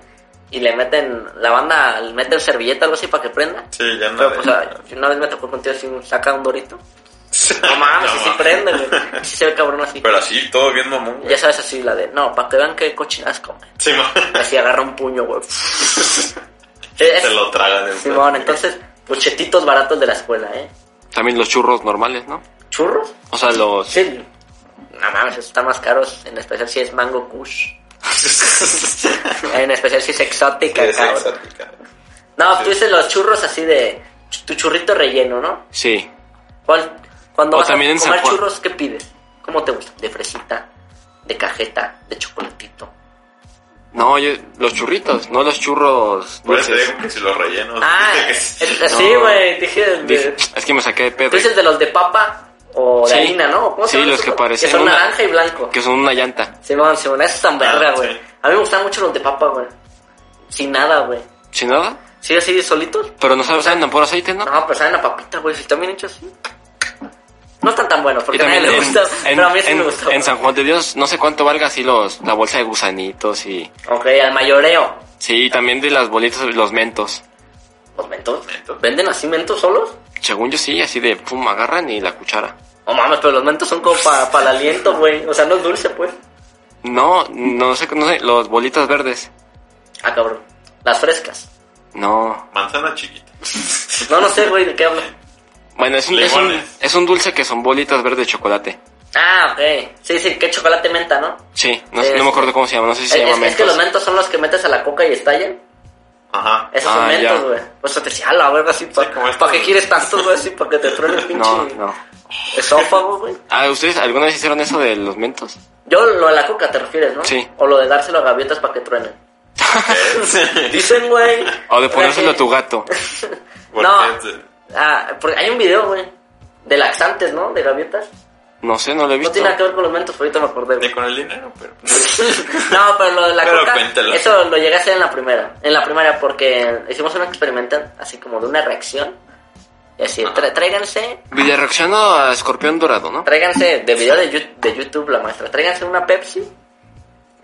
Speaker 2: Y le meten... La banda le meten servilleta o algo así para que prenda.
Speaker 3: sí, ya no...
Speaker 2: Pero, pues, ah, una vez me tocó contigo así, saca un dorito. No mames, sí, sí prende, güey. Sí se ve cabrón así.
Speaker 3: Pero así, todo bien mamón, güey.
Speaker 2: Ya sabes así la de, no, para que vean qué cochinadas comen.
Speaker 3: Sí, ma-
Speaker 2: Así agarra un puño, güey. Es-
Speaker 3: Se lo tragan. en
Speaker 2: Simón,
Speaker 3: plan.
Speaker 2: entonces, los chetitos baratos de la escuela, ¿eh?
Speaker 1: También los churros normales, ¿no?
Speaker 2: ¿Churros?
Speaker 1: O sea, los.
Speaker 2: Sí. No mames, esos están más caros, en especial si es mango kush. en especial si es exótica,
Speaker 3: Sí, es
Speaker 2: cabrón.
Speaker 3: exótica.
Speaker 2: No, tú dices los churros así de ch- tu churrito relleno, ¿no?
Speaker 1: Sí.
Speaker 2: ¿Cuál- cuando
Speaker 1: O
Speaker 2: vas a
Speaker 1: también en
Speaker 2: comer
Speaker 1: San Juan.
Speaker 2: churros, ¿qué pides? ¿Cómo te gusta? ¿De fresita? ¿De cajeta? ¿De chocolatito?
Speaker 1: No, yo, los churritos, no los churros
Speaker 3: Por eso te
Speaker 1: dulces.
Speaker 3: digo que si los rellenos...
Speaker 2: Ah,
Speaker 3: dice que
Speaker 2: es,
Speaker 3: sí.
Speaker 2: es- sí,
Speaker 1: No.
Speaker 2: güey, dije... el de-
Speaker 1: Dije- es que me saqué de pedo.
Speaker 2: Tú dices de los de papa o de
Speaker 1: Sí.
Speaker 2: harina, ¿no? ¿Cómo se
Speaker 1: Sí,
Speaker 2: llaman
Speaker 1: los
Speaker 2: esos?
Speaker 1: que parecen
Speaker 2: son
Speaker 1: una-
Speaker 2: naranja y blanco.
Speaker 1: Que son una llanta,
Speaker 2: Simón, Simón, esos están verga,
Speaker 3: Ah,
Speaker 2: güey.
Speaker 3: sí.
Speaker 2: A mí me gustan mucho los de papa, güey. Sin nada, güey.
Speaker 1: sin nada.
Speaker 2: ¿Sí, así, solitos?
Speaker 1: Pero no saben, andan por aceite, ¿no?
Speaker 2: No, pero saben a papita, güey, si están bien hechos así. No están tan buenos,
Speaker 1: Y
Speaker 2: porque a nadie
Speaker 1: también
Speaker 2: le
Speaker 1: en,
Speaker 2: gusta,
Speaker 1: en-
Speaker 2: pero a mí sí
Speaker 1: en-
Speaker 2: me gustó.
Speaker 1: en San Juan de Dios, no sé cuánto valga así los, la bolsa de gusanitos y.
Speaker 2: Ok, al mayoreo.
Speaker 1: Sí, y también de las bolitas, los mentos.
Speaker 2: ¿Los mentos?
Speaker 3: Mentos.
Speaker 2: ¿Venden así mentos solos?
Speaker 1: Según yo sí, así de pum, agarran y la cuchara.
Speaker 2: No mames, pero los mentos son como para el aliento, güey. O sea, no es dulce, pues.
Speaker 1: No, no sé, no sé, los bolitas verdes.
Speaker 2: Ah, cabrón. Las frescas.
Speaker 1: No.
Speaker 3: Manzana chiquita.
Speaker 2: No, no sé, güey, de qué hablo.
Speaker 1: Bueno, es un, es un,
Speaker 3: Limones.
Speaker 1: es un dulce que son bolitas verdes de chocolate.
Speaker 2: Ah, ok. Sí, sí, que chocolate menta, ¿no?
Speaker 1: Sí, no,
Speaker 2: Es-
Speaker 1: no me acuerdo cómo se llama, no sé si se
Speaker 2: Es-
Speaker 1: llama
Speaker 2: es, es que
Speaker 1: mentos.
Speaker 2: los mentos son los que metes a la coca y estallan.
Speaker 3: Ajá.
Speaker 2: Esos
Speaker 1: Ah,
Speaker 2: son mentos,
Speaker 1: ya.
Speaker 2: güey. Pues te decía, a la verga, así, ¿para
Speaker 3: Sí, como estos.
Speaker 2: qué quieres tantos, güey? Así, para que te truene el pinche
Speaker 1: No, no.
Speaker 2: esófago, güey.
Speaker 1: Ah, ¿ustedes alguna vez hicieron eso de los mentos?
Speaker 2: Yo, lo de la coca te refieres, ¿no?
Speaker 1: Sí.
Speaker 2: O lo de dárselo a gaviotas para que truenen.
Speaker 3: Sí.
Speaker 2: Dicen, güey.
Speaker 1: O de ponérselo
Speaker 2: ponérselo
Speaker 1: a tu gato.
Speaker 3: Porque
Speaker 2: No.
Speaker 3: es de-
Speaker 2: Ah, porque hay un video, güey. De laxantes, ¿no? De gaviotas.
Speaker 1: No sé, no lo he
Speaker 2: No
Speaker 1: visto.
Speaker 2: tiene nada que ver con los mentos, pero ahorita me acordé,
Speaker 3: Ni
Speaker 2: güey.
Speaker 3: con el dinero, pero...
Speaker 2: No, pero lo de la
Speaker 3: Pero
Speaker 2: coca,
Speaker 3: cuéntalo.
Speaker 2: eso lo llegué a hacer en la primera. En la primera, porque hicimos un experimento así como de una reacción. Y así, tra- tráiganse,
Speaker 1: Video reacciono a Escorpión Dorado, ¿no?
Speaker 2: tráiganse, de video de, Yu- de YouTube, la maestra, tráiganse una Pepsi,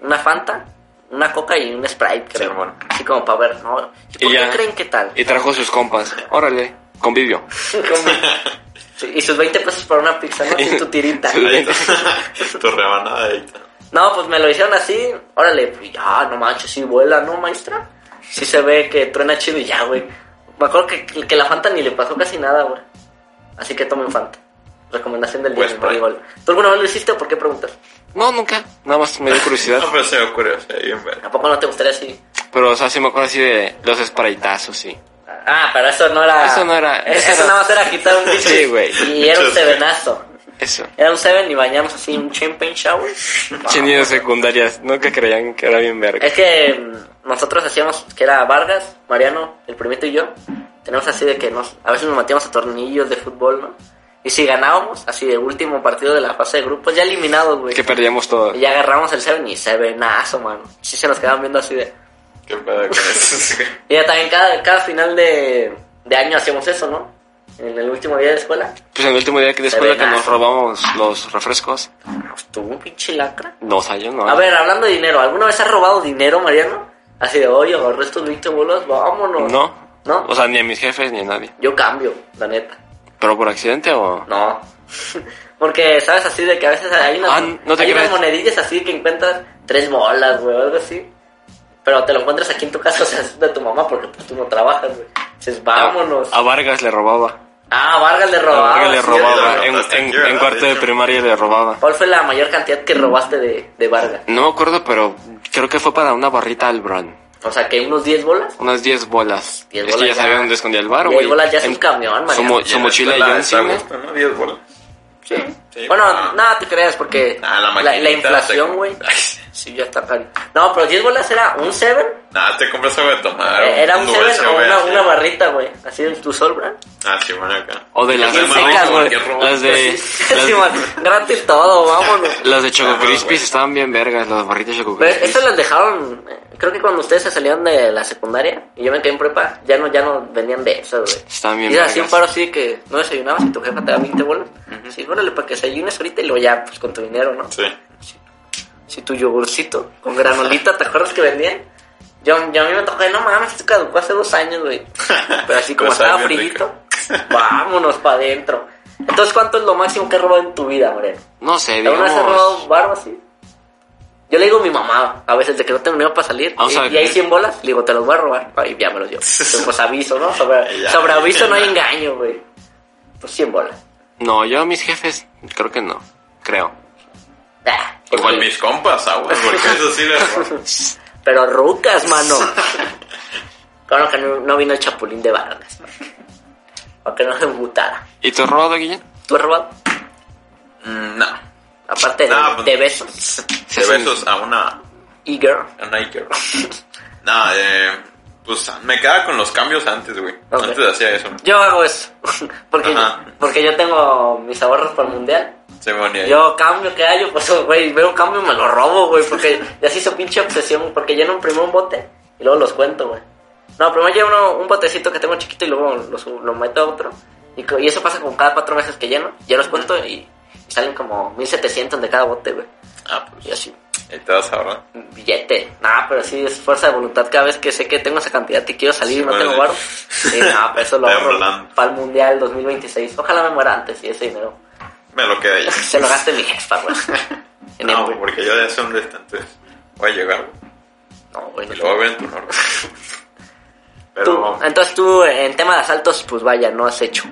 Speaker 2: una Fanta, una Coca y un Sprite, creo.
Speaker 3: Sí, bueno.
Speaker 2: Así como para ver, ¿no? ¿Y por
Speaker 1: Y
Speaker 2: qué
Speaker 1: ya.
Speaker 2: creen que tal?
Speaker 1: Y trajo sus compas. Órale, convivio.
Speaker 2: Como- Sí, y sus 20 pesos por una pizza, ¿no? Sin tu tirita.
Speaker 3: Ahí está. tu rebanada ahí está.
Speaker 2: No, pues me lo hicieron así, órale, pues ya, no manches, sí vuela, ¿no, maestra? sí se ve que truena chido y ya, güey. Me acuerdo que, que la Fanta ni le pasó casi nada, güey. Así que tomen Fanta. Recomendación del día,
Speaker 3: Pues,
Speaker 2: mi Maribol. ¿Tú alguna vez lo hiciste o por qué preguntas?
Speaker 1: No, nunca. Nada más me dio curiosidad.
Speaker 3: No, pero se me ocurrió, o sea, bien ver.
Speaker 2: ¿A poco no te gustaría así?
Speaker 1: Pero, o sea, sí me acuerdo así de los spriteazos, sí.
Speaker 2: Ah, pero eso no era.
Speaker 1: Eso no era-
Speaker 2: Eso,
Speaker 1: eso era-
Speaker 2: nada más era quitar un pinche-
Speaker 1: Sí, güey.
Speaker 2: Y era un sevenazo.
Speaker 1: Eso.
Speaker 2: Era un seven y bañamos así un champagne shower. No.
Speaker 1: Sí, niños secundarias. Nunca creían que era bien verga.
Speaker 2: Es que mm, nosotros hacíamos, que era Vargas, Mariano, el primito y yo, tenemos así de que nos, a veces nos metíamos a tornillos de fútbol, ¿no? Y si ganábamos, así de último partido de la fase de grupos, ya eliminados, güey.
Speaker 1: Que perdíamos todo.
Speaker 2: Y ya agarramos el Seven y Sevenazo, mano. Sí se nos quedaban viendo así de...
Speaker 3: ¿Qué pedo con eso?
Speaker 2: Y ya también cada, cada final de, de año hacíamos eso, ¿no? En el último día de escuela.
Speaker 1: Pues en el último día que de escuela que nos
Speaker 2: Serenazo.
Speaker 1: robamos los refrescos.
Speaker 2: Pues tú, un pinche lacra.
Speaker 1: Dos años, ¿no?
Speaker 2: A ver, hablando de dinero, ¿alguna vez has robado dinero, Mariano? Así de, oye, agarré estos 20 bolos, vámonos.
Speaker 1: No.
Speaker 2: ¿No?
Speaker 1: O sea, ni a mis jefes ni a nadie.
Speaker 2: Yo cambio, la neta.
Speaker 1: ¿Pero por accidente o...?
Speaker 2: No. Porque, ¿sabes? Así de que a veces hay unas,
Speaker 1: Ah, no te
Speaker 2: hay unas
Speaker 1: creas.
Speaker 2: monedillas así que encuentras tres bolas, güey, o algo así. Pero te lo encuentras aquí en tu casa, o sea, es de tu mamá porque pues, tú no trabajas, güey. Dices, vámonos.
Speaker 1: A Vargas le robaba.
Speaker 2: Ah, Vargas le
Speaker 1: A ah,
Speaker 2: robaba.
Speaker 1: Vargas le
Speaker 2: sí,
Speaker 3: ya
Speaker 1: robaba.
Speaker 3: lo
Speaker 1: En,
Speaker 3: contaste
Speaker 1: en-
Speaker 3: aquí, ¿verdad?
Speaker 1: en cuarto
Speaker 3: De
Speaker 1: de
Speaker 3: hecho.
Speaker 1: primaria le robaba.
Speaker 2: ¿Cuál fue la mayor cantidad que robaste de, de Vargas?
Speaker 1: No me acuerdo, pero creo que fue para una barrita al Bron.
Speaker 2: O sea, que unos 10 bolas.
Speaker 1: Unas 10 bolas.
Speaker 2: 10
Speaker 1: es
Speaker 2: bolas
Speaker 1: que ya
Speaker 2: ya.
Speaker 1: sabía dónde escondía el bar,
Speaker 2: 10
Speaker 1: güey.
Speaker 2: bolas ya es
Speaker 1: En-
Speaker 2: un camión,
Speaker 1: su,
Speaker 2: Mariano.
Speaker 1: mo- su mochila y yo encima.
Speaker 3: gusto, ¿no? 10 bolas.
Speaker 2: Sí.
Speaker 3: Sí,
Speaker 2: bueno,
Speaker 3: ah.
Speaker 2: nada, te creas, porque
Speaker 3: Ah, la
Speaker 2: la,
Speaker 3: maquinita
Speaker 2: inflación,
Speaker 3: te-
Speaker 2: güey. Sí, ya está caro. No, pero 10 bolas era un 7.
Speaker 3: Nada, te compras algo de tomar.
Speaker 2: Eh, Era un
Speaker 3: dulce,
Speaker 2: 7 o
Speaker 3: güey,
Speaker 2: una,
Speaker 3: así.
Speaker 2: una barrita, güey. Así en tu sol, ¿verdad?
Speaker 3: Ah, sí, bueno, acá.
Speaker 1: O de las
Speaker 3: Yo soy
Speaker 2: secas,
Speaker 3: marrón,
Speaker 1: güey.
Speaker 3: cualquier robo.
Speaker 1: Las de-
Speaker 2: Sí,
Speaker 1: las-
Speaker 2: sí, man, gratis todo, vámonos.
Speaker 1: Las de Choco
Speaker 3: Ah, güey.
Speaker 1: Crispies estaban bien vergas, las barritas Choco
Speaker 2: Pero estas
Speaker 1: Crispies.
Speaker 2: las dejaron, eh, creo que cuando ustedes se salieron de la secundaria y yo me quedé en prepa, ya no, ya no vendían de eso, güey.
Speaker 1: Estaban bien
Speaker 2: Y era así un
Speaker 1: vergas.
Speaker 2: paro así que no desayunabas y tu jefa te da 20 bolas. Sí, órale, para que desayunes ahorita y luego ya, pues con tu dinero, ¿no?
Speaker 3: Sí.
Speaker 2: Si tu yogurcito con granolita, ¿te acuerdas que vendían? Yo, yo a mí me tocó, no mames, esto caducó hace dos años, güey. Pero así como
Speaker 3: Lo sabe
Speaker 2: estaba
Speaker 3: bien
Speaker 2: frillito, vámonos para adentro. Entonces, ¿cuánto es lo máximo que has robado en tu vida, Mariano?
Speaker 1: No sé,
Speaker 2: ¿Alguna vez has robado
Speaker 1: digamos.
Speaker 2: barba así? Yo le digo a mi mamá, a veces de que no tengo dinero para salir,
Speaker 1: Vamos
Speaker 2: y,
Speaker 1: a ver.
Speaker 2: y hay 100 bolas, le digo, te los voy a robar, y ya me los llevo. Entonces, pues aviso, ¿no? Sobre,
Speaker 3: Ya,
Speaker 2: sobre aviso
Speaker 3: ya.
Speaker 2: no hay engaño, güey. Pues 100 bolas.
Speaker 1: No, yo a mis jefes creo que no. Creo.
Speaker 2: Ah,
Speaker 3: Igual
Speaker 2: porque-
Speaker 3: mis compas, aguas, porque eso sí les robo.
Speaker 2: Pero rucas, mano. Claro que no, no vino el chapulín de Vargas. Para que no se embutara.
Speaker 1: ¿Y tú has robado, Guillén?
Speaker 2: ¿Tú has robado?
Speaker 3: Mm, No.
Speaker 2: Aparte de,
Speaker 3: No, pues-
Speaker 2: de besos.
Speaker 1: Sí,
Speaker 3: De besos a una
Speaker 2: Y girl.
Speaker 3: A Nike. bro. no, eh, pues me quedaba con los cambios antes, güey.
Speaker 2: Ok.
Speaker 3: Antes hacía eso.
Speaker 2: Yo hago eso. porque,
Speaker 3: Ajá.
Speaker 2: porque yo tengo mis ahorros para el mundial.
Speaker 3: Se ponía ahí.
Speaker 2: Yo cambio que hallo, pues, güey, veo un cambio y me lo robo, güey, porque ya se hizo pinche obsesión, porque lleno primero un bote y luego los cuento, güey. No, primero lleno uno, un botecito que tengo chiquito y luego lo, su- lo meto a otro. Y, co- y eso pasa con cada cuatro meses que lleno, ya los cuento y, y salen como 1700 de cada bote, güey.
Speaker 3: Ah, pues
Speaker 2: Y así,
Speaker 3: ahí te vas ahora.
Speaker 2: billete. Nah, pero sí, es fuerza de voluntad cada vez que sé que tengo esa cantidad y quiero salir
Speaker 3: Sí,
Speaker 2: y no
Speaker 3: vale.
Speaker 2: tengo varo. Sí, nah, pero eso lo
Speaker 3: Está
Speaker 2: ahorro
Speaker 3: volando.
Speaker 2: para el Mundial 2026. Ojalá me muera antes y ese dinero
Speaker 3: Me lo quedé ahí.
Speaker 2: se lo gaste mi jefa, güey. En el-
Speaker 3: no, porque yo ya sé dónde está, entonces voy a llegar güey,
Speaker 2: No, güey, no
Speaker 3: y lo voy a ver en tu norma. Pero,
Speaker 2: Tú- entonces tú en tema de asaltos, pues vaya, no has hecho.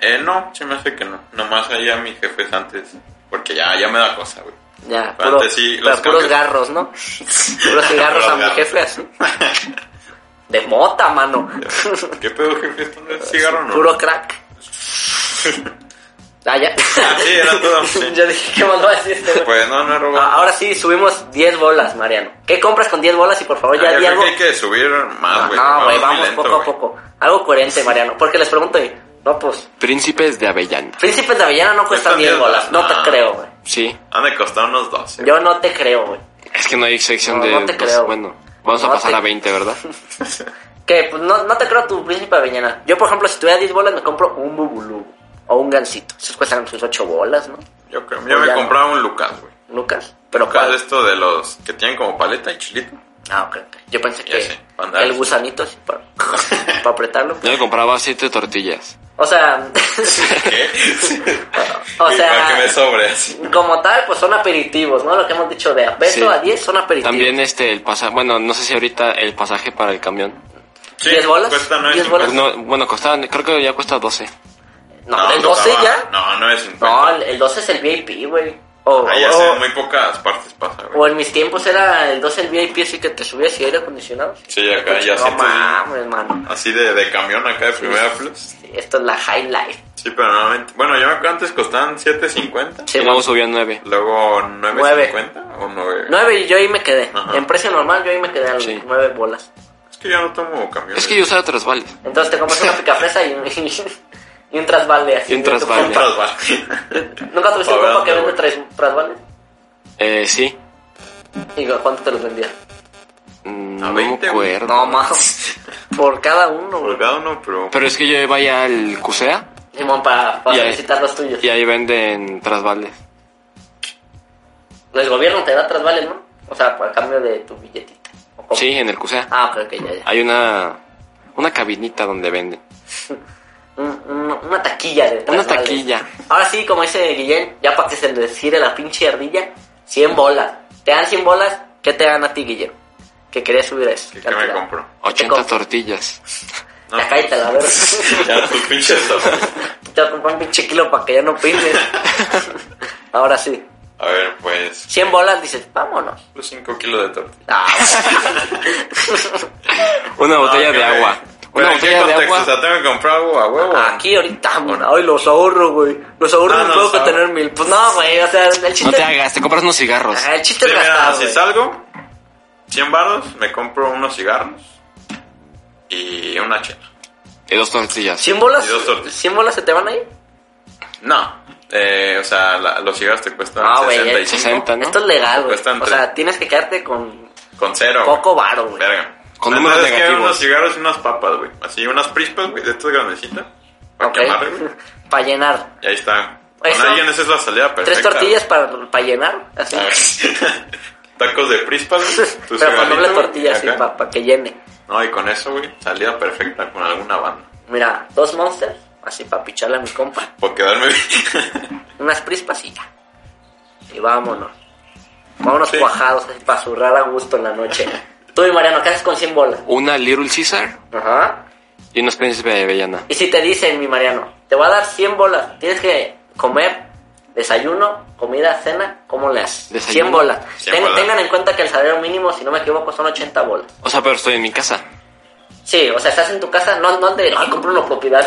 Speaker 3: eh, no, se me hace que no. Nomás allá mis jefes antes, porque ya, ya me da cosa, güey.
Speaker 2: Ya,
Speaker 3: Pero
Speaker 2: puro-
Speaker 3: antes sí,
Speaker 2: pero
Speaker 3: los
Speaker 2: puros
Speaker 3: cambios.
Speaker 2: garros, ¿no? Puros cigarros a mi
Speaker 3: Los
Speaker 2: jefe así. De mota, mano.
Speaker 3: ¿Qué pedo, jefe? ¿Esto no es cigarro o no?
Speaker 2: Puro crack. Ah, ya.
Speaker 3: Ah, sí, era todo. sí.
Speaker 2: Yo dije, ¿qué más va a decir este güey?
Speaker 3: Pues no, no he robado.
Speaker 2: Ah, Ahora sí, subimos 10 bolas, Mariano. ¿Qué compras con 10 bolas? Y por favor,
Speaker 3: Ah,
Speaker 2: ya
Speaker 3: yo
Speaker 2: di
Speaker 3: creo
Speaker 2: algo.
Speaker 3: que hay que subir más, güey.
Speaker 2: no, güey,
Speaker 3: muy
Speaker 2: vamos
Speaker 3: lento,
Speaker 2: poco a
Speaker 3: güey.
Speaker 2: poco. Algo coherente, Mariano. Porque les pregunto, y, no, pues,
Speaker 1: Príncipes de Avellana.
Speaker 2: Príncipes de Avellana no cuestan
Speaker 3: Cuestan
Speaker 2: 10
Speaker 3: 10
Speaker 2: bolas. No
Speaker 3: bolas, Ah.
Speaker 2: te
Speaker 3: no.
Speaker 2: creo, güey.
Speaker 1: Sí.
Speaker 3: Han de costar unos 12.
Speaker 2: Yo no te creo, güey.
Speaker 1: Es que no hay sección
Speaker 2: No,
Speaker 1: de...
Speaker 2: no te
Speaker 1: pues,
Speaker 2: creo.
Speaker 1: Bueno, vamos a
Speaker 2: No
Speaker 1: pasar
Speaker 2: te-
Speaker 1: a 20, ¿verdad?
Speaker 2: Que pues no, no te creo tu príncipe de Avellana. Yo, por ejemplo, si tuviera 10 bolas, me compro un bubulú o un gansito. Esos cuestan sus 8 bolas, ¿no?
Speaker 3: Yo creo.
Speaker 2: O
Speaker 3: Yo me
Speaker 2: ya no.
Speaker 3: compraba un Lucas, güey.
Speaker 2: Lucas. Pero
Speaker 3: Lucas
Speaker 2: cuál.
Speaker 3: esto de los que tienen como paleta y chilito.
Speaker 2: Ah, ok, ok. Yo pensé
Speaker 3: Ya
Speaker 2: que
Speaker 3: sé, para andar.
Speaker 2: el gusanito, así, para, para apretarlo. pues.
Speaker 1: Yo le compraba siete tortillas.
Speaker 2: O sea,
Speaker 3: ¿Qué?
Speaker 2: o
Speaker 3: Para que me
Speaker 2: sea,
Speaker 3: sobre así.
Speaker 2: como tal, pues son aperitivos, ¿no? Lo que hemos dicho de a peso
Speaker 1: Sí.
Speaker 2: a 10 son aperitivos.
Speaker 1: También este, el pasaje, bueno, no sé si ahorita el pasaje para el camión.
Speaker 3: Sí,
Speaker 2: ¿Diez bolas?
Speaker 3: Cuesta nueve
Speaker 2: ¿Diez
Speaker 3: cincuenta.
Speaker 2: bolas?
Speaker 1: No, bueno, costaba, creo que ya cuesta 12.
Speaker 2: No, el 12
Speaker 3: estaba-
Speaker 2: ya.
Speaker 3: No, no es 50.
Speaker 2: No, el- el 12 es el VIP, güey. O,
Speaker 3: Ahí ya
Speaker 2: o-
Speaker 3: sé, en muy pocas partes pasa, güey.
Speaker 2: o en mis tiempos era el 12 el VIP, así que te subías y aire acondicionado.
Speaker 3: Sí, acá ya
Speaker 2: no
Speaker 3: siento-
Speaker 2: mames, hermano.
Speaker 3: Así de, de camión acá de primera plus.
Speaker 2: Sí, esto es la high life.
Speaker 3: Sí, pero nuevamente. Bueno, yo me acuerdo antes costaban 7.50.
Speaker 1: Y luego subía 9.
Speaker 3: Luego
Speaker 2: Nueve.
Speaker 3: 9.50 o 9.
Speaker 2: 9 y yo ahí me quedé.
Speaker 3: Ajá.
Speaker 2: En precio normal yo ahí me quedé a
Speaker 1: Sí.
Speaker 2: 9 bolas.
Speaker 3: Es que yo no tomo camión.
Speaker 1: Es que yo usaba trasvales.
Speaker 2: Entonces te compras una picafresa y, un- y un trasbalde así.
Speaker 1: Y un
Speaker 2: de tu
Speaker 1: trasbalde.
Speaker 2: compa. ¿Nunca tuviste un
Speaker 3: Pa' ver
Speaker 2: compa que
Speaker 3: dónde,
Speaker 2: vende tres trasbaldes?
Speaker 1: Eh, sí.
Speaker 2: ¿Y a cuánto te los vendía?
Speaker 1: Mm,
Speaker 3: A
Speaker 1: No me
Speaker 3: 20, güey.
Speaker 1: acuerdo.
Speaker 2: No, más. Por cada uno, güey.
Speaker 3: Por cada uno, pero.
Speaker 1: Pero es que yo iba ya al CUSEA
Speaker 2: Simón, para,
Speaker 1: Y
Speaker 2: para
Speaker 1: ahí-
Speaker 2: visitar los tuyos.
Speaker 1: y ahí venden trasvales.
Speaker 2: El gobierno te da trasvales, ¿no? O sea, a cambio de tu billetita. ¿o cómo?
Speaker 1: Sí, en el CUSEA.
Speaker 2: Ah, creo que ya, ya.
Speaker 1: Hay una, una cabinita donde venden.
Speaker 2: Un- un- una taquilla de
Speaker 1: Una
Speaker 2: trasvales.
Speaker 1: taquilla.
Speaker 2: Ahora sí, como dice Guillén, ya para que se le gire la pinche ardilla, 100 bolas. Te dan 100 bolas, ¿qué te dan a ti, Guillén? Que querías subir a eso.
Speaker 3: ¿Qué, qué
Speaker 2: cantidad.
Speaker 3: me compro?
Speaker 2: ¿Qué te
Speaker 1: 80
Speaker 2: compras?
Speaker 1: tortillas.
Speaker 3: No. pues,
Speaker 2: Ya cállate, la verga.
Speaker 3: Ya tus pinches sobres.
Speaker 2: Te voy a comprar un pinche kilo para que ya no pines. Ahora sí.
Speaker 3: A ver, pues.
Speaker 2: 100 bolas, dices, vámonos.
Speaker 3: Los 5 kilos de tortilla.
Speaker 2: Ah,
Speaker 1: Una botella
Speaker 3: Ah,
Speaker 1: de
Speaker 3: qué
Speaker 1: agua.
Speaker 3: güey.
Speaker 1: Una
Speaker 3: ¿Pero en qué
Speaker 1: botella de
Speaker 3: contexto?
Speaker 1: agua.
Speaker 3: O sea, tengo que comprar agua, a huevo.
Speaker 2: Aquí ahorita, bueno, ay, los ahorro, güey. Los ahorro
Speaker 3: Ah,
Speaker 2: no,
Speaker 3: no,
Speaker 2: tengo que
Speaker 3: sabe.
Speaker 2: tener mil. Pues no, güey, o sea, el
Speaker 1: No
Speaker 2: chiste,
Speaker 1: te hagas, te compras unos cigarros.
Speaker 2: Ajá, el chiste
Speaker 3: Sí,
Speaker 2: es
Speaker 3: mira,
Speaker 2: gastar,
Speaker 3: si
Speaker 2: güey.
Speaker 3: salgo, 100 baros, me compro unos cigarros y una chela.
Speaker 1: Y dos tortillas.
Speaker 2: 100 bolas,
Speaker 3: Y dos tortillas.
Speaker 2: 100 bolas se te van ahí.
Speaker 3: No, eh, o sea, la- los cigarros te cuestan
Speaker 2: Ah, güey,
Speaker 3: 65
Speaker 1: 60, ¿no?
Speaker 2: Esto es legal, güey.
Speaker 3: Cuestan
Speaker 2: O
Speaker 3: tres.
Speaker 2: sea, tienes que quedarte con
Speaker 3: con cero. güey.
Speaker 2: poco varo, güey.
Speaker 3: Verga.
Speaker 1: Con
Speaker 3: La
Speaker 1: números
Speaker 3: verdad es que hay
Speaker 1: negativos.
Speaker 3: unos cigarros y unas papas, güey. Así, unas prispas, güey, de estas grandecitas. Para quemar, güey.
Speaker 2: Para llenar.
Speaker 3: Y ahí está. Con
Speaker 2: Eso.
Speaker 3: alguien esa es la salida perfecta.
Speaker 2: Tres tortillas para llenar, así.
Speaker 3: güey. Ah, Tacos de prispas, güey. tu
Speaker 2: Pero con
Speaker 3: cigarrito,
Speaker 2: doble
Speaker 3: güey,
Speaker 2: tortilla, así,
Speaker 3: acá.
Speaker 2: para que llene.
Speaker 3: No, y con eso, güey, salida perfecta con alguna banda.
Speaker 2: Mira, dos monsters, así para picharle a mi compa.
Speaker 3: Por quedarme
Speaker 2: Unas prispas y ya. Y vámonos. Vámonos
Speaker 3: Sí.
Speaker 2: cuajados, así para zurrar a gusto en la noche. Tú y Mariano, ¿qué haces con 100 bolas?
Speaker 1: Una Little Caesar
Speaker 2: Ajá.
Speaker 1: y unos penes de avellana.
Speaker 2: Y si te dicen, mi Mariano, te voy a dar 100 bolas, tienes que comer, desayuno, comida, cena, ¿cómo le haces?
Speaker 1: Desayuno.
Speaker 2: 100 bolas.
Speaker 3: 100
Speaker 2: Ten-
Speaker 3: bolas.
Speaker 2: Tengan en cuenta que el salario mínimo, si no me equivoco, son 80 bolas.
Speaker 1: O sea, pero estoy en mi casa.
Speaker 2: Sí, o sea, estás en tu casa, no, no de, ay, compro una propiedad.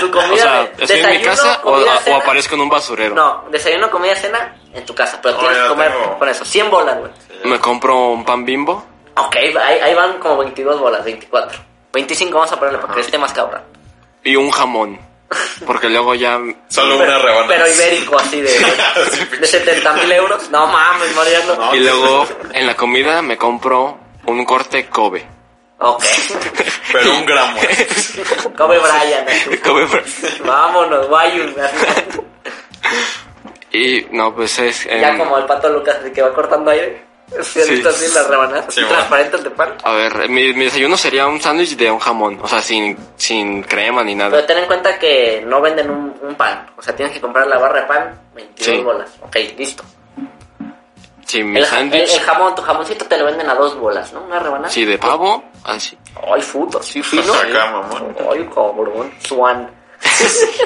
Speaker 2: tu comida,
Speaker 1: O sea,
Speaker 2: de-
Speaker 1: estoy en mi
Speaker 2: desayuno,
Speaker 1: casa o,
Speaker 2: comida,
Speaker 1: a- o
Speaker 2: cena-
Speaker 1: aparezco en un basurero.
Speaker 2: No, desayuno, comida, cena, en tu casa, pero
Speaker 3: No,
Speaker 2: tienes
Speaker 3: ya
Speaker 2: que comer
Speaker 3: tengo.
Speaker 2: con eso, 100 bolas, güey.
Speaker 1: Me compro un pan bimbo.
Speaker 2: Ok, ahí, ahí van como 22 bolas, 24. 25 vamos a ponerle para que esté más cabrón.
Speaker 1: y un jamón. Porque luego ya.
Speaker 3: Solo una rebanada.
Speaker 2: Pero ibérico, así de, de 70 mil euros. No mames, Mariano.
Speaker 3: No.
Speaker 1: Y luego en la comida me compro un corte Kobe.
Speaker 2: Ok.
Speaker 3: Pero un gramo. ¿eh?
Speaker 2: Come Brian. así.
Speaker 1: Kobe fr-
Speaker 2: Vámonos, Guayun. así.
Speaker 1: Y no, pues es. em,
Speaker 2: Ya como el pato Lucas, así que va cortando aire. Si has
Speaker 1: Sí.
Speaker 2: visto así las rebanadas, así
Speaker 3: Sí, bueno.
Speaker 2: transparentes de pan.
Speaker 1: A ver, mi, mi desayuno sería un sándwich de un jamón. O sea, sin, sin crema ni
Speaker 2: Pero
Speaker 1: nada.
Speaker 2: ten en cuenta que no venden un, un pan. O sea, tienes que comprar la barra de pan, 22
Speaker 1: Sí.
Speaker 2: bolas. Ok, listo.
Speaker 1: Sí, mi
Speaker 2: El, ja- el, el
Speaker 1: sándwich.
Speaker 2: jamón, tu jamoncito te lo venden a dos bolas, ¿no? Una rebanada.
Speaker 1: Sí, de pavo. Así.
Speaker 2: Ay, puto, sí, fino.
Speaker 3: Acá, mamón.
Speaker 2: Ay, cabrón. Swan.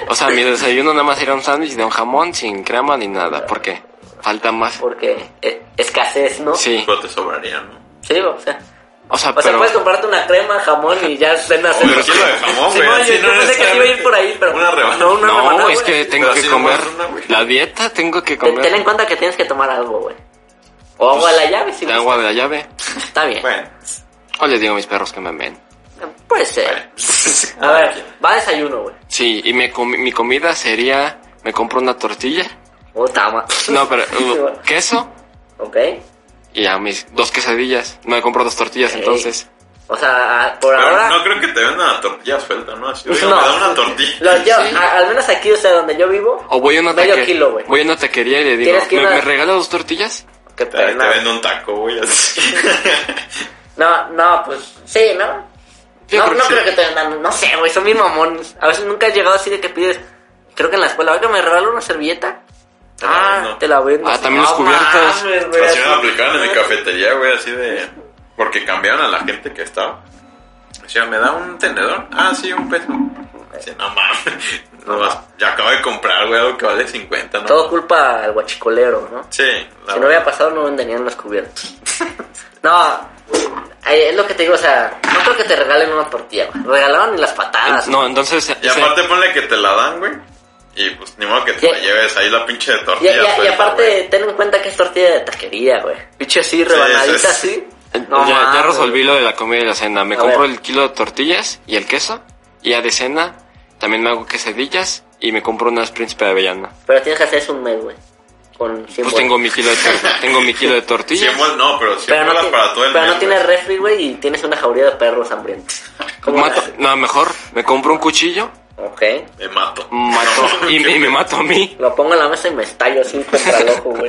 Speaker 1: O sea, mi desayuno nada más sería un sándwich de un jamón sin crema ni nada. Porque falta más.
Speaker 2: Porque eh, escasez, ¿no?
Speaker 1: Sí.
Speaker 3: Pero te sobraría, ¿no?
Speaker 2: Sí, o sea.
Speaker 1: O sea,
Speaker 2: O sea,
Speaker 1: pero.
Speaker 2: puedes comprarte una crema, jamón y ya cenas.
Speaker 3: Oye, un kilo de jamón,
Speaker 2: Sí,
Speaker 3: güey,
Speaker 2: no,
Speaker 3: así
Speaker 2: yo- yo
Speaker 3: no
Speaker 2: pensé que te iba a ir por ahí, pero.
Speaker 3: Una rebanada.
Speaker 2: No, una
Speaker 1: No,
Speaker 2: rebanada,
Speaker 1: es
Speaker 2: güey.
Speaker 1: que tengo
Speaker 3: Pero
Speaker 1: que
Speaker 3: así nomás
Speaker 1: comer.
Speaker 3: una, güey.
Speaker 1: La dieta tengo que
Speaker 2: Ten, ten en
Speaker 1: comer.
Speaker 2: cuenta que tienes que tomar algo, güey. O agua a la llave, si
Speaker 1: De agua de la llave.
Speaker 2: Está bien.
Speaker 3: Bueno.
Speaker 1: O les digo a mis perros que me ven.
Speaker 2: Puede ser. A ver, va a desayuno, güey.
Speaker 1: Sí, y me comi- mi comida sería, me compro una tortilla,
Speaker 2: O tama.
Speaker 1: no, pero uh, queso
Speaker 2: ok.
Speaker 1: y a mis dos quesadillas. Me compro dos tortillas
Speaker 2: Ey.
Speaker 1: entonces.
Speaker 2: O sea, a- por
Speaker 3: Pero
Speaker 2: ahora.
Speaker 3: no creo que te vendan la tortilla suelta, ¿no? Así, oiga, me da una tortilla.
Speaker 2: Los- yo, a- al menos aquí, o sea, donde yo vivo.
Speaker 1: O voy a una
Speaker 2: Medio
Speaker 1: taque-
Speaker 2: kilo, güey.
Speaker 1: voy a una taquería y le digo,
Speaker 2: Tienes que
Speaker 1: ¿me,
Speaker 2: ir a-
Speaker 1: me regala dos tortillas?
Speaker 2: Qué
Speaker 3: Te, te
Speaker 2: pena.
Speaker 3: vendo un taco, güey, así.
Speaker 2: No, no, pues sí, ¿no?
Speaker 1: Yo
Speaker 2: no,
Speaker 1: creo que
Speaker 2: no
Speaker 1: sí.
Speaker 2: creo que te vendan, no sé, güey, son mis mamones. A veces nunca he llegado así de que pides, creo que en la escuela, oiga, me regalo una servilleta.
Speaker 3: Te la
Speaker 2: ah,
Speaker 3: vendo.
Speaker 2: te la vendo.
Speaker 1: Ah,
Speaker 2: Sí,
Speaker 1: también
Speaker 2: no
Speaker 1: los cubiertos.
Speaker 2: mames, güey,
Speaker 3: Así me
Speaker 2: así.
Speaker 3: lo aplicaban en mi cafetería, güey, así de. Porque cambiaron a la gente que estaba. O sea, ¿me da un tenedor? Ah, sí, un peso. Dice, no mames. No más. Ya acabo de comprar, güey, algo que vale 50, ¿no?
Speaker 2: Todo culpa al guachicolero, ¿no?
Speaker 3: Sí, la
Speaker 2: Si no hubiera pasado, no venderían los cubiertos. no, eh, es lo que te digo, o sea, no creo que te regalen una tortilla, güey. Regalaban ni las patadas.
Speaker 1: No, entonces.
Speaker 3: Y
Speaker 1: ese-
Speaker 3: aparte ponle que te la dan, güey. Y pues ni modo que te la
Speaker 2: Y-
Speaker 3: lleves ahí la pinche de
Speaker 2: Y, y-
Speaker 3: tortilla.
Speaker 2: y
Speaker 3: suelta,
Speaker 2: aparte,
Speaker 3: güey.
Speaker 2: ten en cuenta que es tortilla de taquería, güey. Pinche así,
Speaker 3: sí,
Speaker 2: rebanadita
Speaker 3: sí.
Speaker 2: así.
Speaker 1: Eh, ya, ya
Speaker 2: mames.
Speaker 1: resolví lo de la comida y la cena. Me
Speaker 2: A
Speaker 1: compro
Speaker 2: ver.
Speaker 1: el kilo de tortillas y el queso. Y ya de cena también me hago quesadillas y me compro unas príncipe de avellana.
Speaker 2: Pero tienes que hacer eso un mes, güey. Con cien
Speaker 1: Pues
Speaker 2: bolas.
Speaker 1: tengo mi kilo de, tor- tengo mi kilo de tortillas.
Speaker 3: Cien bolas, no, pero 100
Speaker 2: Pero no,
Speaker 3: bolas
Speaker 2: ti-
Speaker 3: para todo el
Speaker 2: pero
Speaker 3: mes,
Speaker 2: no tienes
Speaker 3: güey.
Speaker 2: refri, güey, y tienes una jauría de perros hambrientos. ¿Cómo
Speaker 1: Mato-
Speaker 2: la-
Speaker 1: no, mejor me compro un cuchillo,
Speaker 2: Ok.
Speaker 3: Me mato.
Speaker 1: mato
Speaker 3: No,
Speaker 1: y,
Speaker 3: qué
Speaker 1: y me
Speaker 3: pedo.
Speaker 1: mato a mí.
Speaker 2: Lo pongo en la mesa y me estallo así contra el ojo, güey.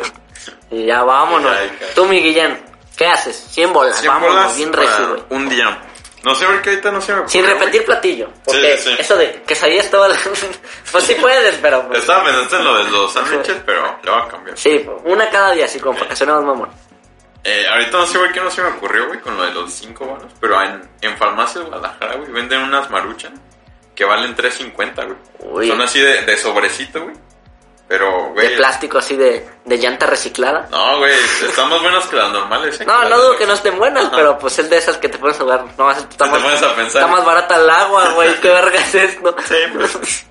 Speaker 2: Y ya vámonos.
Speaker 3: Ay, cabrón.
Speaker 2: Tú, mi Guillén, ¿qué haces? 100 bolas,
Speaker 3: 100
Speaker 2: vámonos,
Speaker 3: bolas
Speaker 2: bien
Speaker 3: para
Speaker 2: recio, güey.
Speaker 3: un día. No sé, porque ahorita no se me
Speaker 2: Sin
Speaker 3: ocurre,
Speaker 2: repetir platillo. Porque
Speaker 3: sí, sí.
Speaker 2: eso de quesadillas toda la... pues sí puedes, pero...
Speaker 3: güey. Estaba pensando en lo de los sándwiches, pero lo voy a cambiar.
Speaker 2: Sí, una cada día, así como para que suene más mamón.
Speaker 3: Eh, ahorita no sé, güey, qué no se me ocurrió, güey, con lo de los 5 bolas. Pero en, en Farmacia de Guadalajara, güey, venden unas maruchan que valen 3.50, güey.
Speaker 2: Uy.
Speaker 3: Son así de, de sobrecito, güey. Pero, güey.
Speaker 2: De plástico así de, de llanta reciclada.
Speaker 3: No, güey, están más buenas que las normales, eh.
Speaker 2: No,
Speaker 3: Las
Speaker 2: no
Speaker 3: de-
Speaker 2: dudo que no estén buenas,
Speaker 3: Ajá.
Speaker 2: pero pues es de esas que te puedes jugar. No más está
Speaker 3: Te
Speaker 2: más,
Speaker 3: pones a pensar.
Speaker 2: está más barata el agua, güey. ¿Qué verga es esto?
Speaker 3: Sí, pues.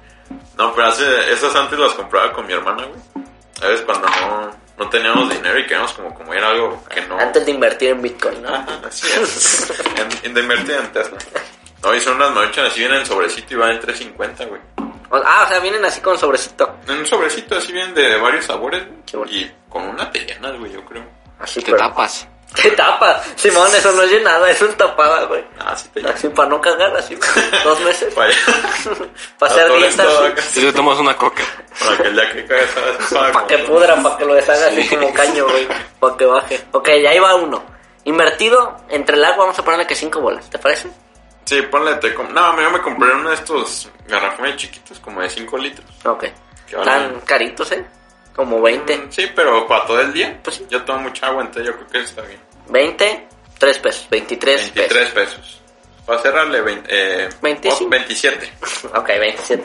Speaker 3: No, pero hace, esas antes las compraba con mi hermana, güey. A veces cuando no, no teníamos dinero y queríamos como comer algo que no.
Speaker 2: Antes de invertir en Bitcoin, ¿no?
Speaker 3: Ajá, Así es. En, en de invertir en Tesla. No, y son unas maruchan así vienen en sobrecito y van en 350, güey.
Speaker 2: O- Ah, o sea, vienen así con sobrecito.
Speaker 3: En un sobrecito así vienen de varios sabores
Speaker 2: Qué bueno.
Speaker 3: y con una te llenas, güey, yo creo.
Speaker 2: Así
Speaker 1: Te
Speaker 2: pero-
Speaker 1: tapas.
Speaker 2: Te tapas. Simón, eso no es llenada, es un tapada, güey.
Speaker 3: Ah, sí te llenas.
Speaker 2: Así para no cagar, así dos meses.
Speaker 3: Para,
Speaker 2: Para hacer
Speaker 3: todo
Speaker 2: dieta,
Speaker 3: esto,
Speaker 2: así.
Speaker 1: Si te tomas una coca.
Speaker 3: para que el día que caes, ¿sabes?
Speaker 2: Para que pudra, para que lo deshaga así como caño, güey. Para que baje. Ok, ya iba uno. Invertido entre el agua, vamos a ponerle que cinco bolas, ¿te parece?
Speaker 3: Sí, ponle te com- No, yo me compré uno de estos garrafones chiquitos, como de 5 litros.
Speaker 2: Ok.
Speaker 3: Qué vale.
Speaker 2: Tan caritos, ¿eh? Como 20.
Speaker 3: Mm, Sí, pero para todo el día.
Speaker 2: Pues sí.
Speaker 3: Yo tomo mucha agua, entonces yo creo que está bien.
Speaker 2: 20, 3 pesos. 23,
Speaker 3: 23 pesos. Para cerrarle, vein- eh,
Speaker 2: Veinticinco.
Speaker 3: oh, 27.
Speaker 2: pesos. Ok, 27.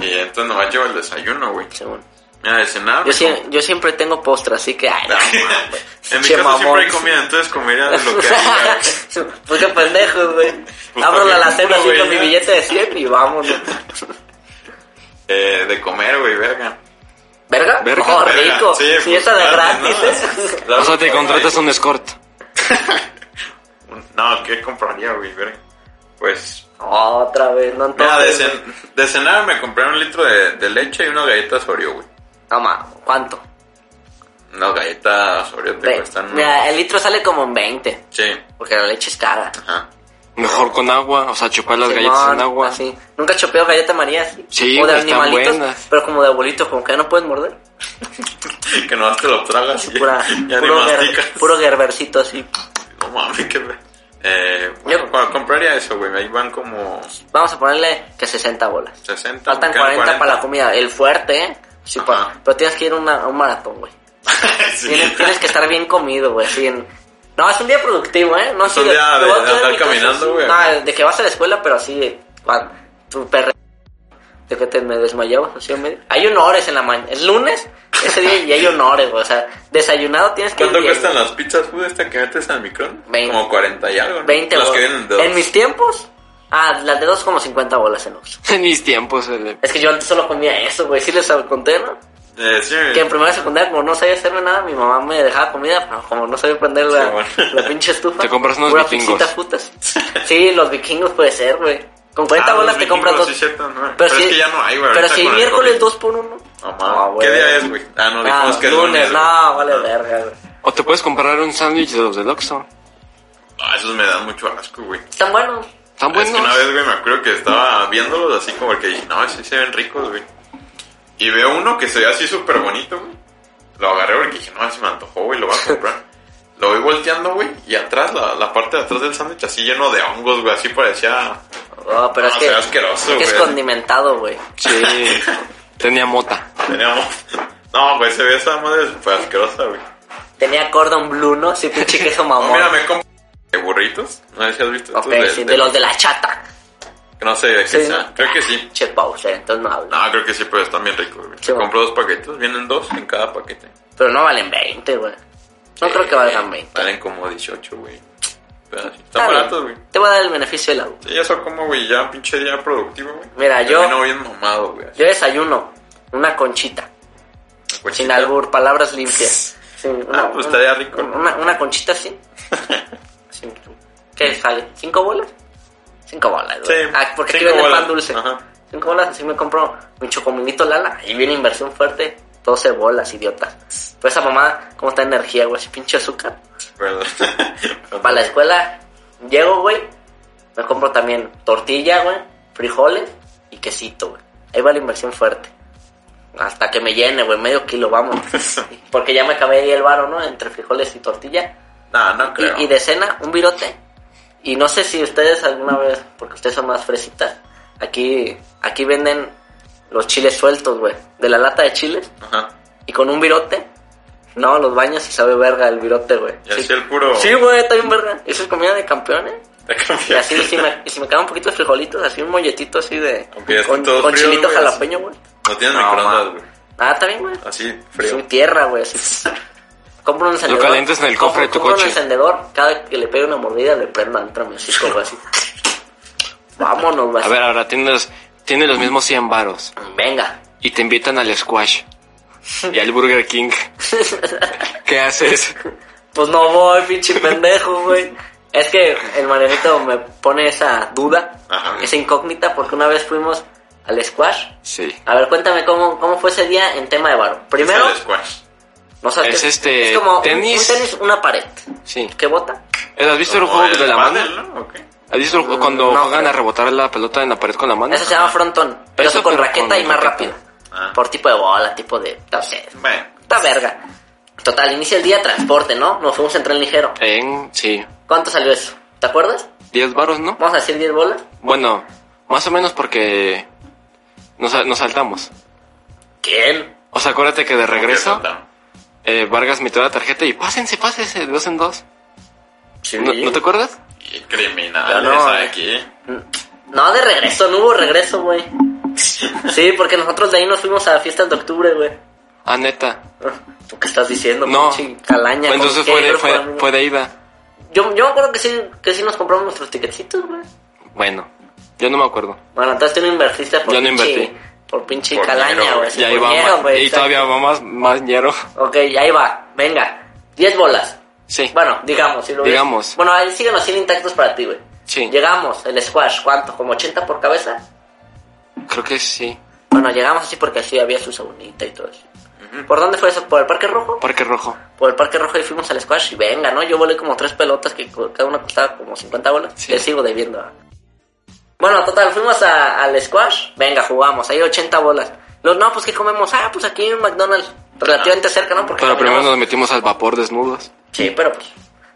Speaker 3: Y entonces nomás llevo el desayuno, güey.
Speaker 2: según.
Speaker 3: Mira, de cenar.
Speaker 2: Yo,
Speaker 3: me
Speaker 2: sie- yo siempre tengo postre, así que. Ay, no, mames, güey.
Speaker 3: en mi
Speaker 2: Che,
Speaker 3: casa
Speaker 2: mamón.
Speaker 3: siempre hay comida, entonces comería lo que haya. güey.
Speaker 2: pues qué pendejo, güey.
Speaker 3: Pues
Speaker 2: Abro la
Speaker 3: también,
Speaker 2: alacena así
Speaker 3: güey,
Speaker 2: con mi
Speaker 3: ya.
Speaker 2: billete de 100 y vámonos.
Speaker 3: Eh, de comer, güey, verga.
Speaker 2: ¿Verga?
Speaker 1: Verga,
Speaker 2: Oh,
Speaker 3: verga.
Speaker 2: rico.
Speaker 3: Sí,
Speaker 2: Sí,
Speaker 3: pues,
Speaker 2: esa de
Speaker 3: claro,
Speaker 2: gratis,
Speaker 3: ¿no?
Speaker 2: ¿eh?
Speaker 3: Claro,
Speaker 1: O sea, te
Speaker 3: claro,
Speaker 1: contratas
Speaker 3: güey.
Speaker 1: un escort.
Speaker 3: Un- No, ¿qué compraría, güey, verga? Pues.
Speaker 2: Otra vez, no
Speaker 3: Mira, de,
Speaker 2: entonces.
Speaker 3: cen- de cenar me compré un litro de, de leche y unas galletas Oreo, güey.
Speaker 2: Toma, ¿cuánto?
Speaker 3: Unas galletas Oreo te
Speaker 2: Ve-
Speaker 3: cuestan.
Speaker 2: Mira, el litro sale como en 20.
Speaker 3: Sí,
Speaker 2: Porque la leche es cara.
Speaker 3: ajá.
Speaker 1: Mejor con agua, o sea, chupar las
Speaker 2: Simón,
Speaker 1: galletas en agua.
Speaker 2: así. Nunca he chopeado galleta María. así?
Speaker 1: Sí,
Speaker 2: O de
Speaker 1: güey, están
Speaker 2: animalitos.
Speaker 1: buenas.
Speaker 2: Pero como de abuelitos, como que ya no puedes morder.
Speaker 3: Que nomás te lo tragas y
Speaker 2: Pura,
Speaker 3: ya ni
Speaker 2: puro,
Speaker 3: masticas.
Speaker 2: ger- puro gerbercito así.
Speaker 3: No mames, qué ver- Eh, bueno,
Speaker 2: Yo-
Speaker 3: pa- compraría eso, güey. Ahí van como
Speaker 2: Vamos a ponerle que 60 bolas.
Speaker 3: 60.
Speaker 2: Faltan
Speaker 3: me quedan
Speaker 2: 40, para la comida. El fuerte, ¿eh? Sí,
Speaker 3: Ajá.
Speaker 2: pa- pero tienes que ir una- a un maratón, güey.
Speaker 3: Sí.
Speaker 2: Tienes, tienes que estar bien comido, güey. así en- No, es un día productivo, ¿eh? No,
Speaker 3: Es
Speaker 2: así
Speaker 3: un
Speaker 2: lo
Speaker 3: día de-
Speaker 2: voy a
Speaker 3: de
Speaker 2: hacer en
Speaker 3: andar
Speaker 2: mi casa,
Speaker 3: caminando,
Speaker 2: así.
Speaker 3: güey.
Speaker 2: No, de que vas a la escuela, pero así de... cuan- Tu perre... De que te me desmayabas así en medio. Hay honores en la mañana. Es lunes, ese día, y hay honores, güey. O sea, desayunado tienes que... ir
Speaker 3: ¿Cuánto
Speaker 2: bien,
Speaker 3: cuestan
Speaker 2: güey.
Speaker 3: las pizzas food esta que metes al micrón?
Speaker 2: Veinte.
Speaker 3: Como 40 y algo. ¿no?
Speaker 2: 20
Speaker 3: Las
Speaker 2: bolas.
Speaker 3: que vienen de dos.
Speaker 2: En mis tiempos... Ah, las de dos como 50 bolas en uso.
Speaker 1: En mis tiempos. eh,
Speaker 2: Es que yo antes solo comía eso, güey. Sí les conté, ¿no?
Speaker 3: Eh, sí,
Speaker 2: Que en primera y secundaria, como no sabía hacerme nada, mi mamá me dejaba comida, pero como no sabía prender la,
Speaker 3: Sí, bueno.
Speaker 2: la pinche estufa.
Speaker 1: Te compras unos
Speaker 2: pura
Speaker 1: vikingos.
Speaker 2: pixita putas. Sí, los vikingos puede ser, güey. Con 40
Speaker 3: Ah,
Speaker 2: bolas
Speaker 3: los
Speaker 2: te compras
Speaker 3: vikingos,
Speaker 2: dos.
Speaker 3: sí, cierto, no. Pero es que ya no hay, güey,
Speaker 2: Pero
Speaker 3: ahorita
Speaker 2: si
Speaker 3: con el
Speaker 2: miércoles
Speaker 3: COVID.
Speaker 2: 2 por 1
Speaker 3: No, mames. ¿Qué día es, güey? Ah, no, dijimos que es
Speaker 2: lunes.
Speaker 3: lunes,
Speaker 2: No,
Speaker 3: güey.
Speaker 2: vale
Speaker 3: Ah.
Speaker 2: verga, güey.
Speaker 1: O te puedes comprar un sándwich de los del Oxxo.
Speaker 3: Ah, esos me dan mucho asco, güey.
Speaker 2: Están buenos.
Speaker 1: Tan
Speaker 3: Es
Speaker 1: buenos.
Speaker 3: que una vez, güey, me acuerdo que estaba viéndolos así como que dije, no, sí se ven ricos, güey. Y veo uno que se ve así súper bonito, güey. Lo agarré porque dije, no, se me antojó, güey, lo voy a comprar. Lo voy volteando, güey, y atrás, la, la parte de atrás del sándwich, así lleno de hongos, güey, así parecía.
Speaker 2: Oh, pero es
Speaker 3: No, se
Speaker 2: que,
Speaker 3: ve asqueroso,
Speaker 2: es, que es
Speaker 3: güey.
Speaker 2: condimentado, güey.
Speaker 1: Sí. Tenía mota.
Speaker 3: Teníamos. No, güey, se ve esa madre súper asquerosa, güey.
Speaker 2: Tenía cordon blue, ¿no? Sí, pinche queso
Speaker 3: No,
Speaker 2: mamón.
Speaker 3: mira, me compré de burritos. No sé si has visto.
Speaker 2: ok,
Speaker 3: estos
Speaker 2: sí, de, los de la chata.
Speaker 3: No sé de qué
Speaker 2: Sí,
Speaker 3: sea.
Speaker 2: ¿no? Ah,
Speaker 3: Creo que sí.
Speaker 2: Che, Bowser, entonces no hablo.
Speaker 3: No, creo que sí, pero están bien ricos, güey.
Speaker 2: Sí,
Speaker 3: Me
Speaker 2: va.
Speaker 3: compré dos paquetitos, vienen dos en cada paquete.
Speaker 2: Pero no valen 20, güey. No creo que
Speaker 3: Eh,
Speaker 2: valgan 20.
Speaker 3: Valen como 18, güey. Pero así,
Speaker 2: Está
Speaker 3: Están
Speaker 2: bien.
Speaker 3: baratos, güey.
Speaker 2: Te voy a dar el beneficio de la duda.
Speaker 3: Sí, eso como, güey, ya pinche día productivo, güey.
Speaker 2: Mira, yo-
Speaker 3: Termino bien mamado, güey. así,
Speaker 2: Yo desayuno una conchita,
Speaker 3: una cochita.
Speaker 2: sin albur, palabras limpias. Sí, una,
Speaker 3: pues estaría rico, ¿no?
Speaker 2: Una, una conchita así. Sin- ¿Qué sale? ¿Cinco bolas? Cinco bolas, güey.
Speaker 3: Sí,
Speaker 2: Ah, porque aquí
Speaker 3: cinco
Speaker 2: venden
Speaker 3: bolas,
Speaker 2: pan dulce.
Speaker 3: ajá.
Speaker 2: Cinco bolas, así me compro mi chocominito Lala. Y viene inversión fuerte, 12 bolas, idiotas. Pues esa mamá, ¿cómo está energía, güey? Ese pinche azúcar.
Speaker 3: Perdón.
Speaker 2: Para la escuela, llego, güey. Me compro también tortilla, güey. Frijoles y quesito, güey. Ahí va la inversión fuerte. Hasta que me llene, güey. Medio kilo, vamos. Porque ya me acabé ahí el varo, ¿no? Entre frijoles y tortilla.
Speaker 3: No, no creo.
Speaker 2: Y, y de cena, un virote. Y no sé si ustedes alguna vez, porque ustedes son más fresitas, aquí, aquí venden los chiles sueltos, güey. De la lata de chiles.
Speaker 3: Ajá.
Speaker 2: Y con un virote. No, los baños y sabe verga el virote, güey.
Speaker 3: Y así el puro-
Speaker 2: Sí, güey, está bien verga. Eso es comida de campeones.
Speaker 3: Te
Speaker 2: Y
Speaker 3: cambié.
Speaker 2: así, si me, y si me quedan un poquito de frijolitos, así un molletito así de.
Speaker 3: Aunque ya estén
Speaker 2: con
Speaker 3: todos
Speaker 2: con
Speaker 3: fríos,
Speaker 2: chilito
Speaker 3: güey,
Speaker 2: jalapeño, güey.
Speaker 3: No tienes
Speaker 1: No,
Speaker 3: microondas,
Speaker 1: ma.
Speaker 3: güey.
Speaker 2: Nada, está bien, güey.
Speaker 3: Así,
Speaker 2: Sin
Speaker 3: frío.
Speaker 2: tierra, güey. así. Compro un encendedor.
Speaker 1: calientes en el
Speaker 2: compro-
Speaker 1: cofre de tu
Speaker 2: compro
Speaker 1: coche.
Speaker 2: un encendedor. Cada que le pegue una mordida, le prendo adentro a mi hocico, güey, así. Vámonos, güey.
Speaker 1: A ver, ahora tienes, tienes los mismos 100 varos.
Speaker 2: Venga.
Speaker 1: Y te invitan al squash. Y al Burger King. ¿Qué haces?
Speaker 2: Pues no voy, pinche pendejo, güey. Es que el marianito me pone esa duda,
Speaker 3: Ajá.
Speaker 2: esa incógnita, porque una vez fuimos al squash.
Speaker 1: Sí.
Speaker 2: A ver, cuéntame cómo, cómo fue ese día en tema de varo. Primero,
Speaker 3: Es el squash.
Speaker 2: no sé,
Speaker 1: Es este,
Speaker 2: es como un-
Speaker 1: tenis.
Speaker 2: un tenis, una pared.
Speaker 1: Sí.
Speaker 2: ¿Qué bota?
Speaker 1: ¿Has visto el
Speaker 3: O
Speaker 1: juego de la mano?
Speaker 3: pádel, ¿no? Ok.
Speaker 1: ¿Has visto el- cuando
Speaker 2: no,
Speaker 1: juegan
Speaker 2: pero-
Speaker 1: a rebotar la pelota en la pared con la mano?
Speaker 2: Eso se llama frontón. Pero
Speaker 1: Eso,
Speaker 2: eso con
Speaker 1: pero
Speaker 2: raqueta
Speaker 1: con
Speaker 2: y más
Speaker 1: raqueta.
Speaker 2: rápido.
Speaker 3: Ah.
Speaker 2: Por tipo de bola, tipo de. No sé.
Speaker 3: Bueno.
Speaker 2: Esta verga. Total, inicia el día transporte, ¿no? Nos fuimos en tren ligero.
Speaker 1: En, sí.
Speaker 2: ¿Cuánto salió eso? ¿Te acuerdas?
Speaker 1: 10 varos, ¿no?
Speaker 2: Vamos a decir 10 bolas.
Speaker 1: Bueno, más o menos porque nos, nos saltamos.
Speaker 2: ¿Quién?
Speaker 1: O sea, acuérdate que de regreso
Speaker 3: Ok, no, no.
Speaker 1: eh, Vargas metió la tarjeta y pásense, pásense, de dos en dos.
Speaker 2: Sí.
Speaker 1: ¿No, no te acuerdas?
Speaker 3: Y criminales
Speaker 2: No, eh.
Speaker 3: aquí.
Speaker 2: No, de regreso, no hubo regreso, güey. Sí, porque nosotros de ahí nos fuimos a fiestas de octubre, güey.
Speaker 1: Ah, neta.
Speaker 2: ¿Tú qué estás diciendo?
Speaker 1: No.
Speaker 2: pinche calaña.
Speaker 1: Pues entonces
Speaker 2: ¿Con
Speaker 1: fue
Speaker 2: qué
Speaker 1: de,
Speaker 2: grupo de
Speaker 1: fue,
Speaker 2: amigos?
Speaker 1: fue de ida.
Speaker 2: Yo, yo me acuerdo que sí, que sí nos compramos nuestros tiquetitos, güey.
Speaker 1: Bueno, yo no me acuerdo.
Speaker 2: Bueno, entonces tú no invertiste por
Speaker 1: Yo no
Speaker 2: pinche-
Speaker 1: invertí.
Speaker 2: Por pinche
Speaker 3: Por
Speaker 2: calaña,
Speaker 3: ñero,
Speaker 2: güey.
Speaker 3: güey.
Speaker 2: Sí,
Speaker 1: Y ahí
Speaker 2: por
Speaker 1: va
Speaker 2: ñero,
Speaker 1: ma-
Speaker 2: güey,
Speaker 1: Y todavía va más, más ñero.
Speaker 2: Ok, ahí va. Venga. 10 bolas.
Speaker 1: Sí.
Speaker 2: Bueno, digamos. Si lo ves-
Speaker 1: Digamos.
Speaker 2: Bueno, ahí siguen así intactos para ti, güey.
Speaker 1: Sí.
Speaker 2: Llegamos, el squash, ¿cuánto? ¿Como 80 por cabeza?
Speaker 1: Creo que sí.
Speaker 2: Bueno, llegamos así porque así había su saunita y todo eso. ¿Por dónde fue eso? ¿Por el Parque Rojo?
Speaker 1: Parque Rojo.
Speaker 2: Por el Parque Rojo y fuimos al squash y venga, ¿no? Yo volé como tres pelotas que co- cada una costaba como 50 bolas.
Speaker 1: Sí.
Speaker 2: Le sigo debiendo. ¿ah? Bueno, total, fuimos a- al squash. Venga, jugamos. Ahí 80 bolas. Los, no, pues ¿qué comemos? Ah, pues aquí en un McDonald's. Relativamente cerca, ¿no? Porque
Speaker 1: Pero primero
Speaker 2: caminamos-
Speaker 1: nos metimos al vapor desnudos.
Speaker 2: Sí, pero pues...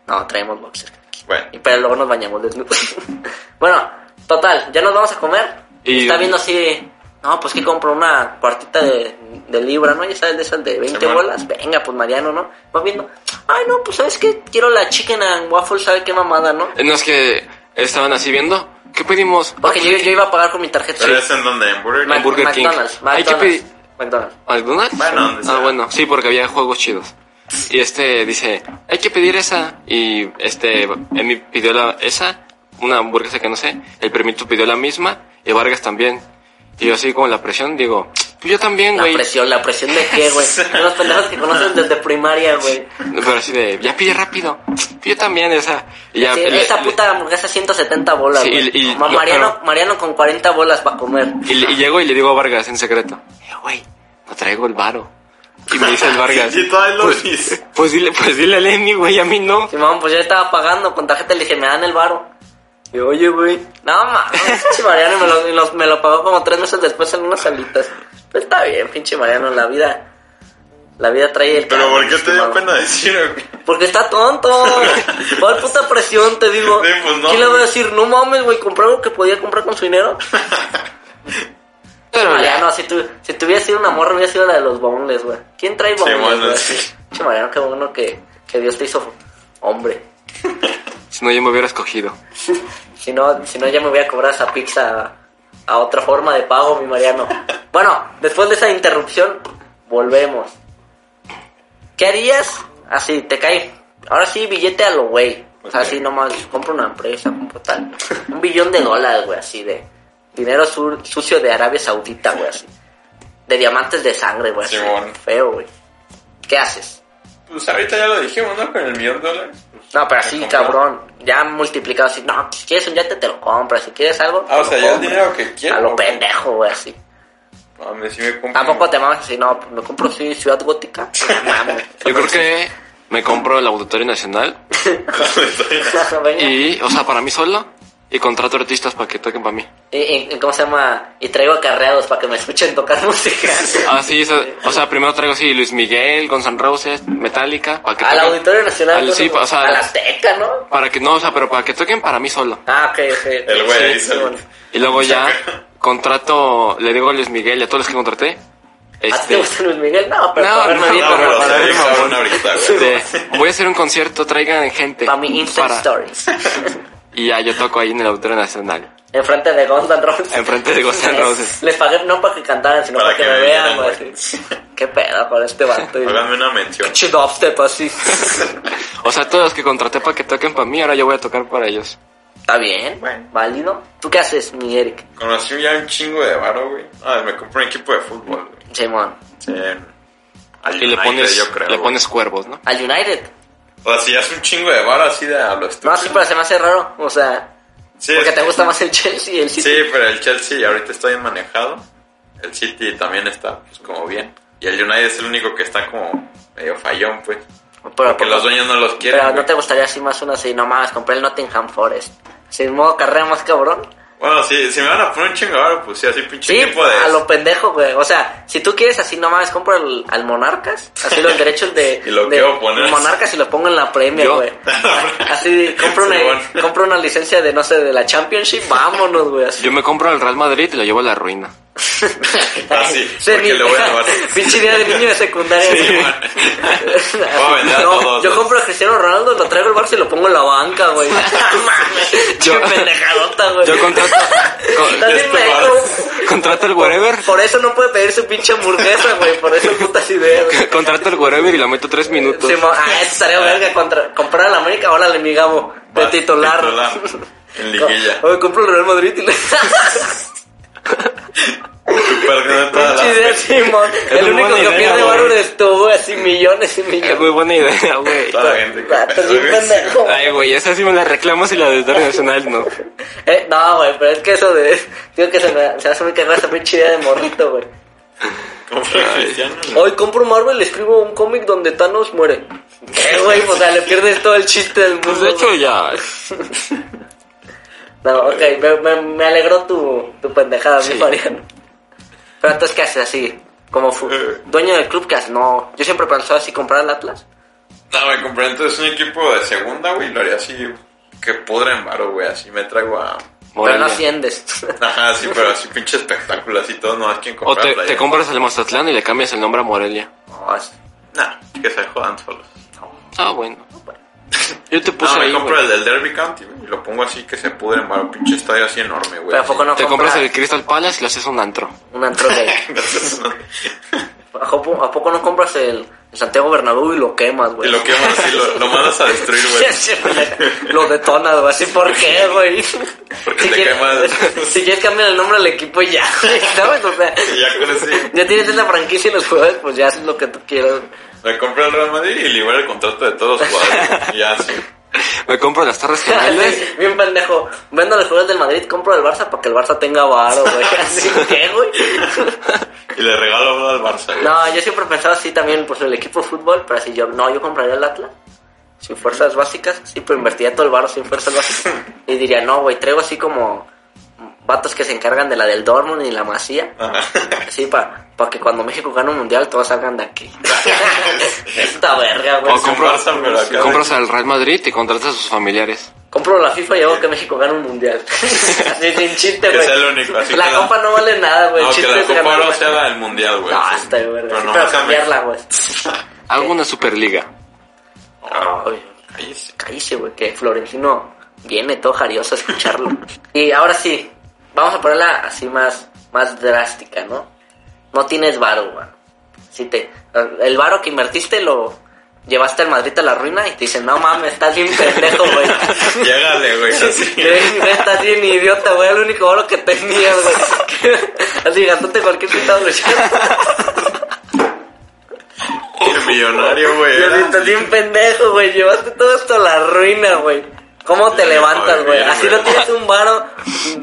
Speaker 2: No, traemos boxer. Y
Speaker 3: Bueno.
Speaker 2: pero luego nos bañamos desnudos. bueno, total, ya nos vamos a comer.
Speaker 1: Y-
Speaker 2: Está viendo así. No, pues que compro una cuartita de, de libra, ¿no? Ya sabes, de esas de 20
Speaker 3: Simón.
Speaker 2: bolas. Venga, pues Mariano, ¿no? Va viendo. Ay, no, pues sabes que quiero la chicken and waffle, ¿sabe qué mamada, no?
Speaker 1: Eh, No es que estaban así viendo. ¿Qué pedimos? Ah,
Speaker 2: Porque
Speaker 1: pues,
Speaker 2: yo, yo iba a pagar con mi tarjeta.
Speaker 3: Pero es en donde en Burger
Speaker 2: Mac-
Speaker 1: en Burger King.
Speaker 2: McDonald's,
Speaker 1: Hay que
Speaker 2: McDonald's.
Speaker 1: pedir-
Speaker 2: McDonald's.
Speaker 1: ¿McDonald's?
Speaker 3: Bueno, donde
Speaker 1: ah,
Speaker 3: sea.
Speaker 1: bueno, sí, porque había juegos chidos. Y este dice, hay que pedir esa. Y este, Emi pidió la, esa, una hamburguesa que no sé. El permito pidió la misma. Y Vargas también. Y yo así con la presión digo, "Pues yo también,
Speaker 2: La
Speaker 1: güey.
Speaker 2: presión, la presión de qué, güey. De los pendejos que conocen desde primaria, güey.
Speaker 1: Pero así de, ya pide rápido. pues Yo también esa. Y ya,
Speaker 2: Sí,
Speaker 1: le-
Speaker 2: esa
Speaker 1: le-
Speaker 2: puta hamburguesa 170 bolas,
Speaker 1: Sí,
Speaker 2: güey.
Speaker 1: y- y-
Speaker 2: Ma-
Speaker 1: lo-
Speaker 2: Mariano,
Speaker 1: pero-
Speaker 2: Mariano con 40 bolas para comer.
Speaker 1: Y, le- y llego y le digo a Vargas en secreto, "Eh, güey, no traigo el varo. Y me dice el Vargas,
Speaker 3: Y todavía lo
Speaker 1: pues,
Speaker 3: dice.
Speaker 1: pues dile, pues dile a Lenny, güey, a mí no.
Speaker 2: Simón, pues yo estaba pagando con tarjeta, le dije, me dan el varo. Y yo, oye, güey. No, mames, pinche Mariano y me lo, y los- me lo pagó como tres meses después en unas salitas. Pues está bien, pinche Mariano, la vida. La vida trae el
Speaker 3: Pero
Speaker 2: karma,
Speaker 3: ¿por qué
Speaker 2: mis
Speaker 3: te dio
Speaker 2: estimados.
Speaker 3: pena decir? güey?
Speaker 2: Porque está tonto. ¿Cuál puta presión te digo?
Speaker 3: Sí, pues no,
Speaker 2: ¿Quién le va a
Speaker 3: güey.
Speaker 2: decir, no mames, güey, compré algo que podía comprar con su dinero?
Speaker 1: Pero
Speaker 2: Mariano, si, tu, si te hubiera sido una morra, hubiera sido la de los baúles, güey. ¿Quién trae baúles,
Speaker 3: bueno,
Speaker 2: güey?
Speaker 3: sí.
Speaker 2: Che, Mariano, qué bueno que, que Dios te hizo hombre.
Speaker 1: si no, yo me hubiera escogido.
Speaker 2: Si no, si no, ya me voy a cobrar esa pizza a otra forma de pago, mi Mariano. Bueno, después de esa interrupción, volvemos. ¿Qué harías? Así, te cae. Ahora sí, billete a lo güey. O sea,
Speaker 3: Ok.
Speaker 2: así nomás, compro una empresa, compro tal. Un billón de dólares, güey, así de. Dinero sur- sucio de Arabia Saudita, güey, así. De diamantes de sangre, güey, así.
Speaker 3: Simón.
Speaker 2: Feo, güey. ¿Qué haces?
Speaker 3: Pues ahorita ya lo dijimos, ¿no? Con el millón de dólares. Pues,
Speaker 2: No, pero
Speaker 3: Me
Speaker 2: así,
Speaker 3: compró.
Speaker 2: cabrón. Ya multiplicado, así. No, si quieres un yate, te lo compras. Si quieres algo.
Speaker 3: Ah, o
Speaker 2: te
Speaker 3: sea,
Speaker 2: lo
Speaker 3: ya el
Speaker 2: compras.
Speaker 3: dinero que quiero.
Speaker 2: A lo
Speaker 3: ¿no?
Speaker 2: pendejo, güey, así.
Speaker 3: Mames, si me compro.
Speaker 2: Tampoco te mames si no, me compro sí, Ciudad Gótica. No mames.
Speaker 1: Yo creo que me compro el Auditorio Nacional
Speaker 2: Venga. y,
Speaker 1: y, o sea, para mí solo y contrato artistas para que toquen para mí.
Speaker 2: y- y ¿Cómo se llama? Y traigo acarreados para que me escuchen tocar música.
Speaker 1: Ah, sí, eso- o sea, primero traigo así Luis Miguel, Guns N' Roses, Metallica, para que
Speaker 2: Al
Speaker 1: toquen-
Speaker 2: Auditorio Nacional.
Speaker 1: Al- sí,
Speaker 2: pues,
Speaker 1: o sea,
Speaker 2: a la Azteca, ¿no?
Speaker 1: para que no, o sea, pero para que toquen para mí solo.
Speaker 2: Ah, ok, ok.
Speaker 3: El güey ahí
Speaker 2: sí,
Speaker 3: sale.
Speaker 2: bueno.
Speaker 1: Y luego ya contrato, le digo a Luis Miguel y a todos los que contraté,
Speaker 2: ¿A ti te
Speaker 1: este,
Speaker 2: gusta Luis Miguel? No, pero
Speaker 1: No,
Speaker 2: para,
Speaker 1: no,
Speaker 2: mí,
Speaker 1: no,
Speaker 2: pero
Speaker 1: no,
Speaker 2: para,
Speaker 3: pero
Speaker 1: no,
Speaker 3: sería
Speaker 1: ver, mamón.
Speaker 3: cabrón ahorita, güey.
Speaker 1: de, este, voy a hacer un concierto, traigan gente.
Speaker 2: para mi Insta
Speaker 1: Para-
Speaker 2: Stories.
Speaker 1: Y ya yo toco ahí en el Auditorio Nacional,
Speaker 2: Enfrente de Guns N' Roses.
Speaker 1: enfrente de Guns N' Roses.
Speaker 2: Les pagué no para que cantaran, sino para, que, me vean, güey. así. Qué pedo con este vato. y-
Speaker 3: Háganme una mención.
Speaker 2: Pinche dubstep así.
Speaker 1: O sea, todos los que contraté para que toquen para mí, ahora yo voy a tocar para ellos.
Speaker 2: Está bien,
Speaker 3: Bueno.
Speaker 2: válido. ¿Tú qué haces, mi Eric?
Speaker 3: Conocí ya un chingo de varo, güey. Ah, me compré un equipo de fútbol, güey.
Speaker 2: Simón,
Speaker 3: Sí. Al
Speaker 1: Y le
Speaker 3: United,
Speaker 1: pones,
Speaker 3: yo creo,
Speaker 1: le
Speaker 3: güey.
Speaker 1: pones cuervos, ¿no?
Speaker 2: al United.
Speaker 3: O sea, si ya es un chingo de varo así de a lo estúpido.
Speaker 2: No, sí, pero se me hace raro. O sea,
Speaker 3: Sí,
Speaker 2: porque
Speaker 3: es
Speaker 2: te
Speaker 3: que-
Speaker 2: gusta más el Chelsea y el City.
Speaker 3: Sí, pero el Chelsea ahorita está bien manejado. El City también está, pues, como bien. Y el United es el único que está como medio fallón, pues.
Speaker 2: pero,
Speaker 3: Porque los dueños no los quieren.
Speaker 2: pero no
Speaker 3: güey.
Speaker 2: te gustaría así más uno así, no mames, compré el Nottingham Forest. Sin modo carrera más cabrón.
Speaker 3: Bueno, si, si me van a poner un chingo de varo, pues sí, así pinche
Speaker 2: Sí,
Speaker 3: equipo de.
Speaker 2: a lo pendejo, güey. O sea, si tú quieres así, no mames, compro al, al Monarcas. Así los derechos de,
Speaker 3: Y lo
Speaker 2: de
Speaker 3: quiero poner.
Speaker 2: Monarcas y los pongo en la Premier,
Speaker 1: Yo.
Speaker 2: güey. Así, compro una,
Speaker 3: Simón.
Speaker 2: compro una licencia de, no sé, de la Championship. Vámonos, güey. Así.
Speaker 1: Yo me compro el Real Madrid y lo llevo a la ruina.
Speaker 3: Ah, sí, porque
Speaker 2: ni-
Speaker 3: le voy a robar.
Speaker 2: Pinche idea de niño de secundaria. güey.
Speaker 3: Voy a vender a
Speaker 2: No,
Speaker 3: todos,
Speaker 2: yo
Speaker 3: ¿no?
Speaker 2: compro a Cristiano Ronaldo, lo traigo al Barça y lo pongo en la banca, güey. Mames,
Speaker 1: Yo-
Speaker 2: Qué pendejadota, güey.
Speaker 1: Yo contrato,
Speaker 2: Estás
Speaker 1: con-
Speaker 2: bien
Speaker 3: este
Speaker 2: meco.
Speaker 1: contrato el wherever,
Speaker 2: Por eso no puede pedir su pinche hamburguesa, güey. Por eso putas ideas. güey.
Speaker 1: contrato el wherever y lo meto tres minutos.
Speaker 2: Sí, mo- ah, eso estaría verga contra comprar a la América. Órale, mi Gabo, de
Speaker 3: Vas,
Speaker 2: titular.
Speaker 3: En liguilla.
Speaker 2: Oye, compro el Real Madrid y le.
Speaker 3: Perdiendo todas
Speaker 2: Pinche
Speaker 3: las
Speaker 2: idea,
Speaker 3: fechas.
Speaker 2: Simón.
Speaker 1: Es
Speaker 2: El
Speaker 1: muy
Speaker 2: único
Speaker 1: buena
Speaker 2: que
Speaker 1: idea,
Speaker 2: pierde
Speaker 1: güey.
Speaker 2: valor es tú, güey. Así millones y
Speaker 1: Es
Speaker 2: millones.
Speaker 1: muy buena idea, güey.
Speaker 3: Toda la gente que
Speaker 2: Ah, estás bien
Speaker 3: perdió, güey.
Speaker 2: pendejo.
Speaker 1: Ay, güey, esa sí me la reclamo si la de Auditorio Nacional no.
Speaker 2: Eh, no, güey, pero es que eso de. Digo que se me, se me hace muy cagada esa pinche idea de morrito, güey.
Speaker 3: Compré a Cristiano.
Speaker 2: Hoy compro Marvel y escribo un cómic donde Thanos muere. ¿Qué, güey? O sea, le pierdes todo el chiste del mundo.
Speaker 1: Pues de hecho
Speaker 2: güey.
Speaker 1: ya.
Speaker 2: No, ok, me, me, me alegró tu, tu pendejada, mi
Speaker 1: Sí.
Speaker 2: Mariano. Pero entonces, ¿qué haces así? Como fu-
Speaker 3: Eh.
Speaker 2: dueño del club, ¿qué haces? No, yo siempre pensaba así comprar el Atlas.
Speaker 3: No, me compré entonces un equipo de segunda, güey. Lo haría así. Que pudra en varo, güey. Así me traigo a.
Speaker 2: Pero no
Speaker 1: Morelia.
Speaker 2: asciendes.
Speaker 3: Ajá, sí, pero así pinche espectáculo, así todo, no es quien
Speaker 1: O
Speaker 3: compra.
Speaker 1: te,
Speaker 3: playera.
Speaker 1: te compras el Mazatlán y le cambias el nombre a Morelia.
Speaker 2: No, es-
Speaker 3: Nah, que se jodan solos.
Speaker 1: Ah, bueno. Yo te puse
Speaker 3: No, me
Speaker 1: Pues ahí,
Speaker 3: compro
Speaker 1: güey.
Speaker 3: el del Derby County, güey, y lo pongo así que se pudre en varo, pinche estadio así enorme, güey.
Speaker 2: pero ¿a poco no
Speaker 1: Te compras el
Speaker 2: compra
Speaker 1: Crystal Palace y lo haces un antro.
Speaker 2: un antro gay? ¿A poco, a poco no compras el, el Santiago Bernabéu y lo quemas,
Speaker 3: y
Speaker 2: güey?
Speaker 3: lo quemas así, lo, lo mandas a destruir, güey.
Speaker 2: Sí, sí, lo detonas, güey. Así, ¿por qué, güey?
Speaker 3: Porque
Speaker 2: si
Speaker 3: te
Speaker 2: quieres,
Speaker 3: quemas.
Speaker 2: si quieres cambiar el nombre al equipo y ya, güey, ¿sabes? O sea,
Speaker 3: Y ya con ese,
Speaker 2: ya tienes esa franquicia y los jugadores, pues ya haces lo que tú quieras.
Speaker 3: me compré el Real Madrid y libera el contrato de todos los jugadores. güey, y ya así.
Speaker 1: Me compro las Torres Gemelas.
Speaker 2: Así, Bien pendejo. Vendo los jugadores del Madrid, compro el Barça para que el Barça tenga varo, güey. Así que, güey.
Speaker 3: Y le regalo uno al Barça, güey.
Speaker 2: No, yo siempre pensaba así también, pues el equipo de fútbol, pero así yo, no, yo compraría el Atlas. Sin fuerzas básicas, sí, pero invertiría todo el barro sin fuerzas básicas. Y diría, no, güey, traigo así como vatos que se encargan de la del Dortmund y la Masía.
Speaker 3: Ajá.
Speaker 2: Así para Porque cuando México gana un mundial, todos salgan de aquí. Esta verga, güey.
Speaker 1: O compras,
Speaker 3: Barça, pero acá
Speaker 1: compras al Real Madrid y contratas a sus familiares.
Speaker 2: Compro la FIFA y hago que México gane un mundial. Ni sin chiste,
Speaker 3: Que
Speaker 2: güey.
Speaker 3: sea el único, así que
Speaker 2: La
Speaker 3: la-
Speaker 2: copa no vale nada, güey.
Speaker 3: No,
Speaker 2: El
Speaker 3: que
Speaker 2: chiste
Speaker 3: la
Speaker 2: es ganar
Speaker 3: copa
Speaker 2: un
Speaker 3: no sea
Speaker 2: mundial.
Speaker 3: la del mundial, güey.
Speaker 2: No,
Speaker 3: sí.
Speaker 2: hasta de verga.
Speaker 3: Pero
Speaker 2: Pero,
Speaker 3: no mames.
Speaker 2: cambiarla, güey.
Speaker 1: Hago una superliga.
Speaker 3: Ah.
Speaker 2: Ay,
Speaker 3: Ahí sí.
Speaker 2: Cállese, güey, que Florentino viene todo jarioso a escucharlo. y ahora sí, vamos a ponerla así más, más drástica, ¿no? No tienes varo, güey. Si te, el varo que invertiste lo llevaste al Madrid a la ruina y te dicen, no mames, estás bien pendejo, güey.
Speaker 3: Llégale, güey. así.
Speaker 2: Estás bien idiota, güey. El único oro que tenía, güey. Así gastante cualquier pintado de
Speaker 3: El millonario, güey.
Speaker 2: Yo
Speaker 3: era
Speaker 2: sí, estás
Speaker 3: así.
Speaker 2: bien pendejo, güey. Llevaste todo esto a la ruina, güey. ¿Cómo te
Speaker 3: Sí,
Speaker 2: levantas,
Speaker 3: muy
Speaker 2: güey?
Speaker 3: bien,
Speaker 2: Así
Speaker 3: güey.
Speaker 2: no tienes un varo,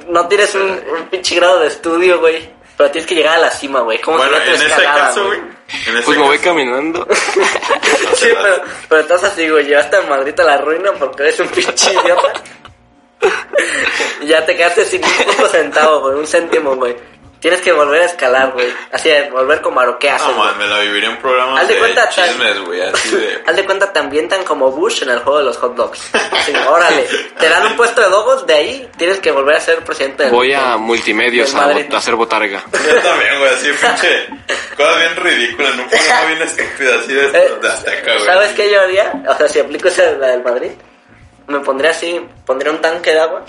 Speaker 2: no tienes un, un pinche grado de estudio, güey. Pero tienes que llegar a la cima, güey. ¿Cómo
Speaker 3: Bueno,
Speaker 2: te
Speaker 3: en
Speaker 2: metes
Speaker 3: este
Speaker 2: cagada,
Speaker 3: caso, güey. En este
Speaker 1: Pues me voy
Speaker 3: caso,
Speaker 1: caminando.
Speaker 2: Sí, pero, pero estás así, güey. Llevaste a Madrid a la ruina porque eres un pinche idiota. Y ya te quedaste sin un puto centavo, güey. Un céntimo, güey. Tienes que volver a escalar, güey. Así es, volver como a lo que haces.
Speaker 3: No,
Speaker 2: güey.
Speaker 3: man, me la viviría un programa
Speaker 2: Haz de
Speaker 3: de
Speaker 2: cuenta, tan-
Speaker 3: chismes, güey. Así de.
Speaker 2: Haz de cuenta, te ambientan como Bush en el juego de los hot dogs. Así, órale, te dan un puesto de dogos, de ahí tienes que volver a ser presidente del
Speaker 1: Voy a multimedios
Speaker 2: Del
Speaker 1: a,
Speaker 2: Madrid.
Speaker 1: bot- a hacer botarga.
Speaker 3: Yo también, güey, así, pinche. Cosas bien ridículas, no programa bien estúpida, así de,
Speaker 2: Eh,
Speaker 3: de Azteca, güey.
Speaker 2: ¿Sabes qué yo haría? O sea, si aplico esa la del Madrid, me pondría así, pondría un tanque de agua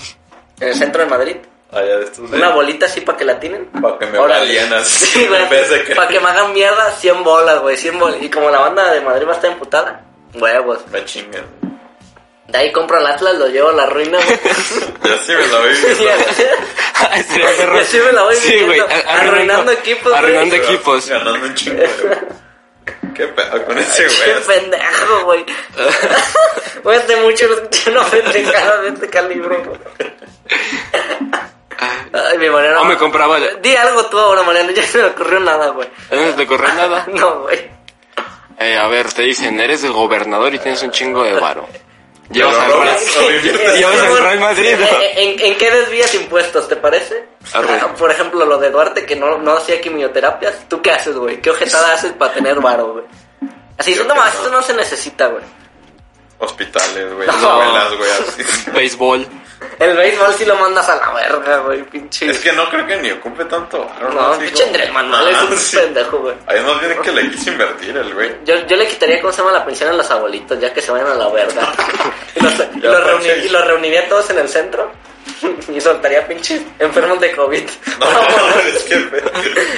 Speaker 2: en el centro de Madrid,
Speaker 3: Allá de estos de.
Speaker 2: una bolita así para que la tienen.
Speaker 3: Para que me
Speaker 2: Órale.
Speaker 3: valían así.
Speaker 2: Sí, güey.
Speaker 3: en vez de que.
Speaker 2: Para que me hagan mierda 100 bolas, güey. 100 bolas. Y como la banda de Madrid va a estar emputada, huevos.
Speaker 3: Me chingan.
Speaker 2: De ahí compro el Atlas, lo llevo a la ruina, güey.
Speaker 3: Yo sí me la voy
Speaker 1: Estaría perro.
Speaker 2: Y así me la voy
Speaker 1: Sí, güey,
Speaker 2: viviendo,
Speaker 1: a-
Speaker 2: arruinando equipos, güey.
Speaker 1: Arruinando equipos.
Speaker 3: Ganando un chingo, güey. Qué pedo con ese,
Speaker 2: Qué
Speaker 3: güey.
Speaker 2: pendejo, güey. Voy a hacer mucho lo escuché una pendejada de este calibre. güey.
Speaker 1: Ah,
Speaker 2: Ay, mi Mariano.
Speaker 1: O me compraba el-
Speaker 2: Di algo tú ahora, Mariano. Ya se me ocurrió nada, güey. Ah,
Speaker 1: No te corre nada.
Speaker 2: No, güey.
Speaker 1: Eh, a ver, te dicen, eres el gobernador y tienes un chingo de varo. Llevas
Speaker 3: Pero
Speaker 1: al
Speaker 3: Robert,
Speaker 1: Real-
Speaker 3: lo inviertes.
Speaker 1: Llevas al Real Madrid.
Speaker 2: ¿En, en, en qué desvías impuestos, te parece?
Speaker 1: Arre.
Speaker 2: Ah, Por ejemplo, lo de Duarte que no, no hacía quimioterapias. ¿Tú qué haces, güey? ¿Qué ojetada haces para tener varo, güey? Así,
Speaker 3: Yo
Speaker 2: eso no,
Speaker 3: que
Speaker 2: más,
Speaker 3: no.
Speaker 2: eso no se necesita, güey.
Speaker 3: Hospitales, güey.
Speaker 2: No.
Speaker 3: Escuelas, güey, así.
Speaker 1: Béisbol.
Speaker 2: El béisbol sí lo mandas a la verga, güey, pinche.
Speaker 3: Es que no creo que ni ocupe tanto.
Speaker 2: No,
Speaker 3: Así
Speaker 2: pinche
Speaker 3: como-
Speaker 2: Andrés Manuel
Speaker 3: Ah,
Speaker 2: es un
Speaker 3: sí.
Speaker 2: pendejo, güey.
Speaker 3: Ahí más bien que le quiso invertir el güey.
Speaker 2: Yo, yo le quitaría, ¿cómo se llama la pensión a los abuelitos? Ya que se vayan a la verga. y, los, y los
Speaker 3: Ya,
Speaker 2: reuni-
Speaker 3: pues, sí.
Speaker 2: y los reuniría todos en el centro. y soltaría pinches enfermos de COVID.
Speaker 3: No, no, es que pedo.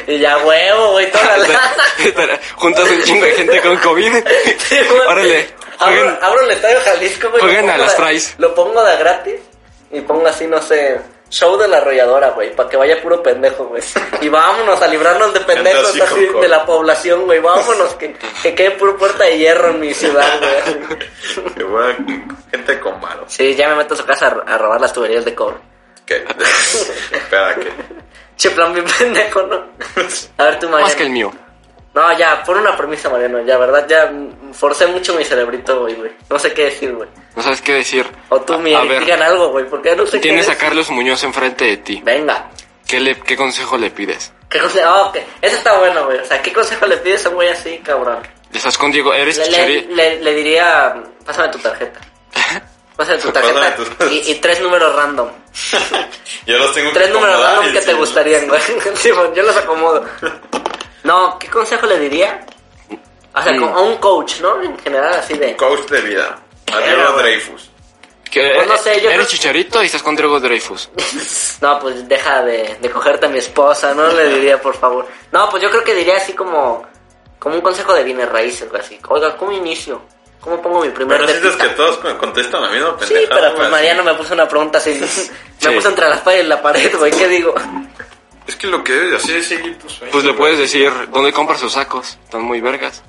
Speaker 2: y ya, huevo, güey, toda la lana.
Speaker 1: Espera, Juntas un chingo de gente con COVID.
Speaker 2: Sí, güey.
Speaker 1: Órale.
Speaker 2: Abro,
Speaker 1: jueguen-
Speaker 2: abro el estadio Jalisco, güey. lo
Speaker 1: jueguen a
Speaker 2: pongo
Speaker 1: las
Speaker 2: de-
Speaker 1: tries.
Speaker 2: Lo pongo de gratis y pongo así, no sé, show de la arrolladora, güey, para que vaya puro pendejo, güey. Y vámonos a librarnos de pendejos
Speaker 3: Gente así,
Speaker 2: así,
Speaker 3: coco.
Speaker 2: de la población, güey. Vámonos, que, que quede puro puerta de hierro en mi ciudad, güey.
Speaker 3: Que buena gente con varo.
Speaker 2: Sí, ya me meto a su casa a, ro- a robar las tuberías de cobre.
Speaker 3: Que. Espera, que.
Speaker 2: Che, plan bien pendejo, ¿no? A ver, tú, Mariano.
Speaker 1: Más que el mío.
Speaker 2: No, ya, pon una premisa, Mariano. Ya, ¿verdad? Ya mm, forcé mucho mi cerebrito hoy, güey. No sé qué decir, güey.
Speaker 1: No sabes qué decir.
Speaker 2: O tú,
Speaker 1: A-
Speaker 2: mi
Speaker 1: a
Speaker 2: Eric,
Speaker 1: ver,
Speaker 2: digan algo, güey, porque no sé qué
Speaker 1: tienes a
Speaker 2: decir.
Speaker 1: Carlos Muñoz enfrente de ti.
Speaker 2: Venga.
Speaker 1: ¿Qué, le, qué consejo le pides?
Speaker 2: ¿Qué consejo? Ah, ok. Eso está bueno, güey. O sea, ¿qué consejo le pides a un güey así, cabrón?
Speaker 1: Estás con Diego, eres
Speaker 2: Le, le-
Speaker 1: chicharito.
Speaker 2: le- le diría, pásame tu tarjeta. Pásame tu tarjeta
Speaker 3: Pásame tu-
Speaker 2: y, y tres números random.
Speaker 3: Yo los tengo
Speaker 2: Tres números
Speaker 3: acomodar
Speaker 2: random
Speaker 3: y
Speaker 2: que te
Speaker 3: sí.
Speaker 2: gustarían, güey. Simón, yo los acomodo. No, ¿qué consejo le diría? O sea,
Speaker 1: Mm.
Speaker 2: como a un coach, ¿no? En general, así de...
Speaker 3: Coach de vida.
Speaker 2: Era,
Speaker 3: Arriba
Speaker 2: güey.
Speaker 3: Dreyfus.
Speaker 1: Que
Speaker 2: Pues no sé, yo
Speaker 1: eres
Speaker 2: creo-
Speaker 1: chicharito y estás con Diego Dreyfus.
Speaker 2: No, pues deja de, de cogerte a mi esposa, no le diría, por favor. No, pues yo creo que diría así como, como un consejo de bienes raíces, güey, así. Oiga, ¿cómo inicio? ¿Cómo pongo mi primer
Speaker 3: Pero sientes que
Speaker 2: depósito?
Speaker 3: todos con- contestan la misma pendejada.
Speaker 2: Sí, pero
Speaker 3: güey,
Speaker 2: pues
Speaker 3: así.
Speaker 2: Mariano me puso una pregunta así. Me
Speaker 1: Sí.
Speaker 2: puso entre las paredes y la pared, güey, ¿qué digo?
Speaker 3: Es que lo que debes así es seguir tus sueños.
Speaker 1: Pues le puedes decir, ¿dónde compras sus sacos? Están muy vergas.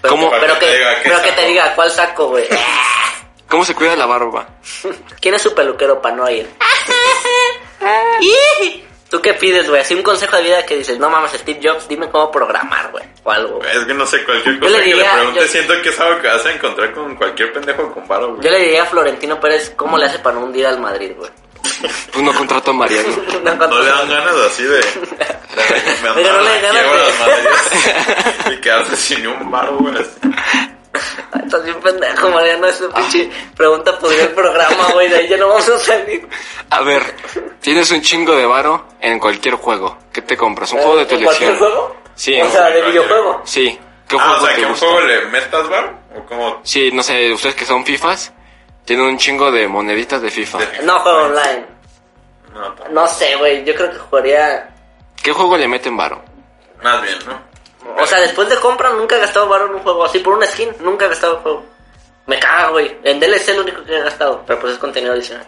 Speaker 2: Pero,
Speaker 1: ¿Cómo?
Speaker 2: Pero que,
Speaker 3: Para que te diga qué
Speaker 2: pero que te
Speaker 3: saco.
Speaker 2: diga, ¿cuál saco, güey?
Speaker 1: ¿Cómo se cuida la barba?
Speaker 2: ¿Quién es su peluquero para no ir? ¿Tú qué pides, güey? Así un consejo de vida que dices, no mames, Steve Jobs, dime cómo programar, güey, o algo, güey.
Speaker 3: Güey, Pues Es que no sé, cualquier
Speaker 2: Yo
Speaker 3: cosa
Speaker 2: le diría-
Speaker 3: que le preguntes,
Speaker 2: yo-
Speaker 3: siento que es algo que vas a encontrar con cualquier pendejo con varo, güey.
Speaker 2: Yo le diría a Florentino Pérez cómo le hace para no hundir al Madrid, güey.
Speaker 1: Pues no contrato a Mariano.
Speaker 2: No,
Speaker 3: No
Speaker 2: cuando-
Speaker 3: le dan ganas así de. de me
Speaker 2: Pero no le
Speaker 3: amarran,
Speaker 2: dan
Speaker 3: quiebro
Speaker 2: ganas de-
Speaker 3: las madres y quedarse sin un bar, güey. así.
Speaker 2: Ay, "Ah, Estás bien pendejo, Mariano.
Speaker 3: Ah.
Speaker 2: Esa pinche pregunta podría el programa, güey. De ahí ya no vamos a salir.
Speaker 1: A ver, tienes un chingo de varo en cualquier juego. ¿Qué te compras? ¿Un juego de tu
Speaker 2: ¿En cualquier
Speaker 1: elección?
Speaker 2: juego?
Speaker 1: Sí.
Speaker 2: O sea, de videojuego.
Speaker 1: Sí. ¿Qué
Speaker 3: Ah, o
Speaker 1: juego te
Speaker 3: sea, que un
Speaker 1: gusta?
Speaker 3: juego le metas bar o como.
Speaker 1: Sí, no sé, ustedes que son FIFAs, tienen un chingo de moneditas de FIFA.
Speaker 3: de-
Speaker 2: No juego online.
Speaker 3: No, t-
Speaker 2: No sé, güey. Yo creo que jugaría.
Speaker 1: ¿Qué juego le meten varo?
Speaker 3: más bien, ¿no?
Speaker 2: O sea, después de compra nunca he gastado barro en un juego. Así por una skin, nunca he gastado en juego. Me caga, güey. En DLC es lo único que he gastado. Pero pues es contenido adicional.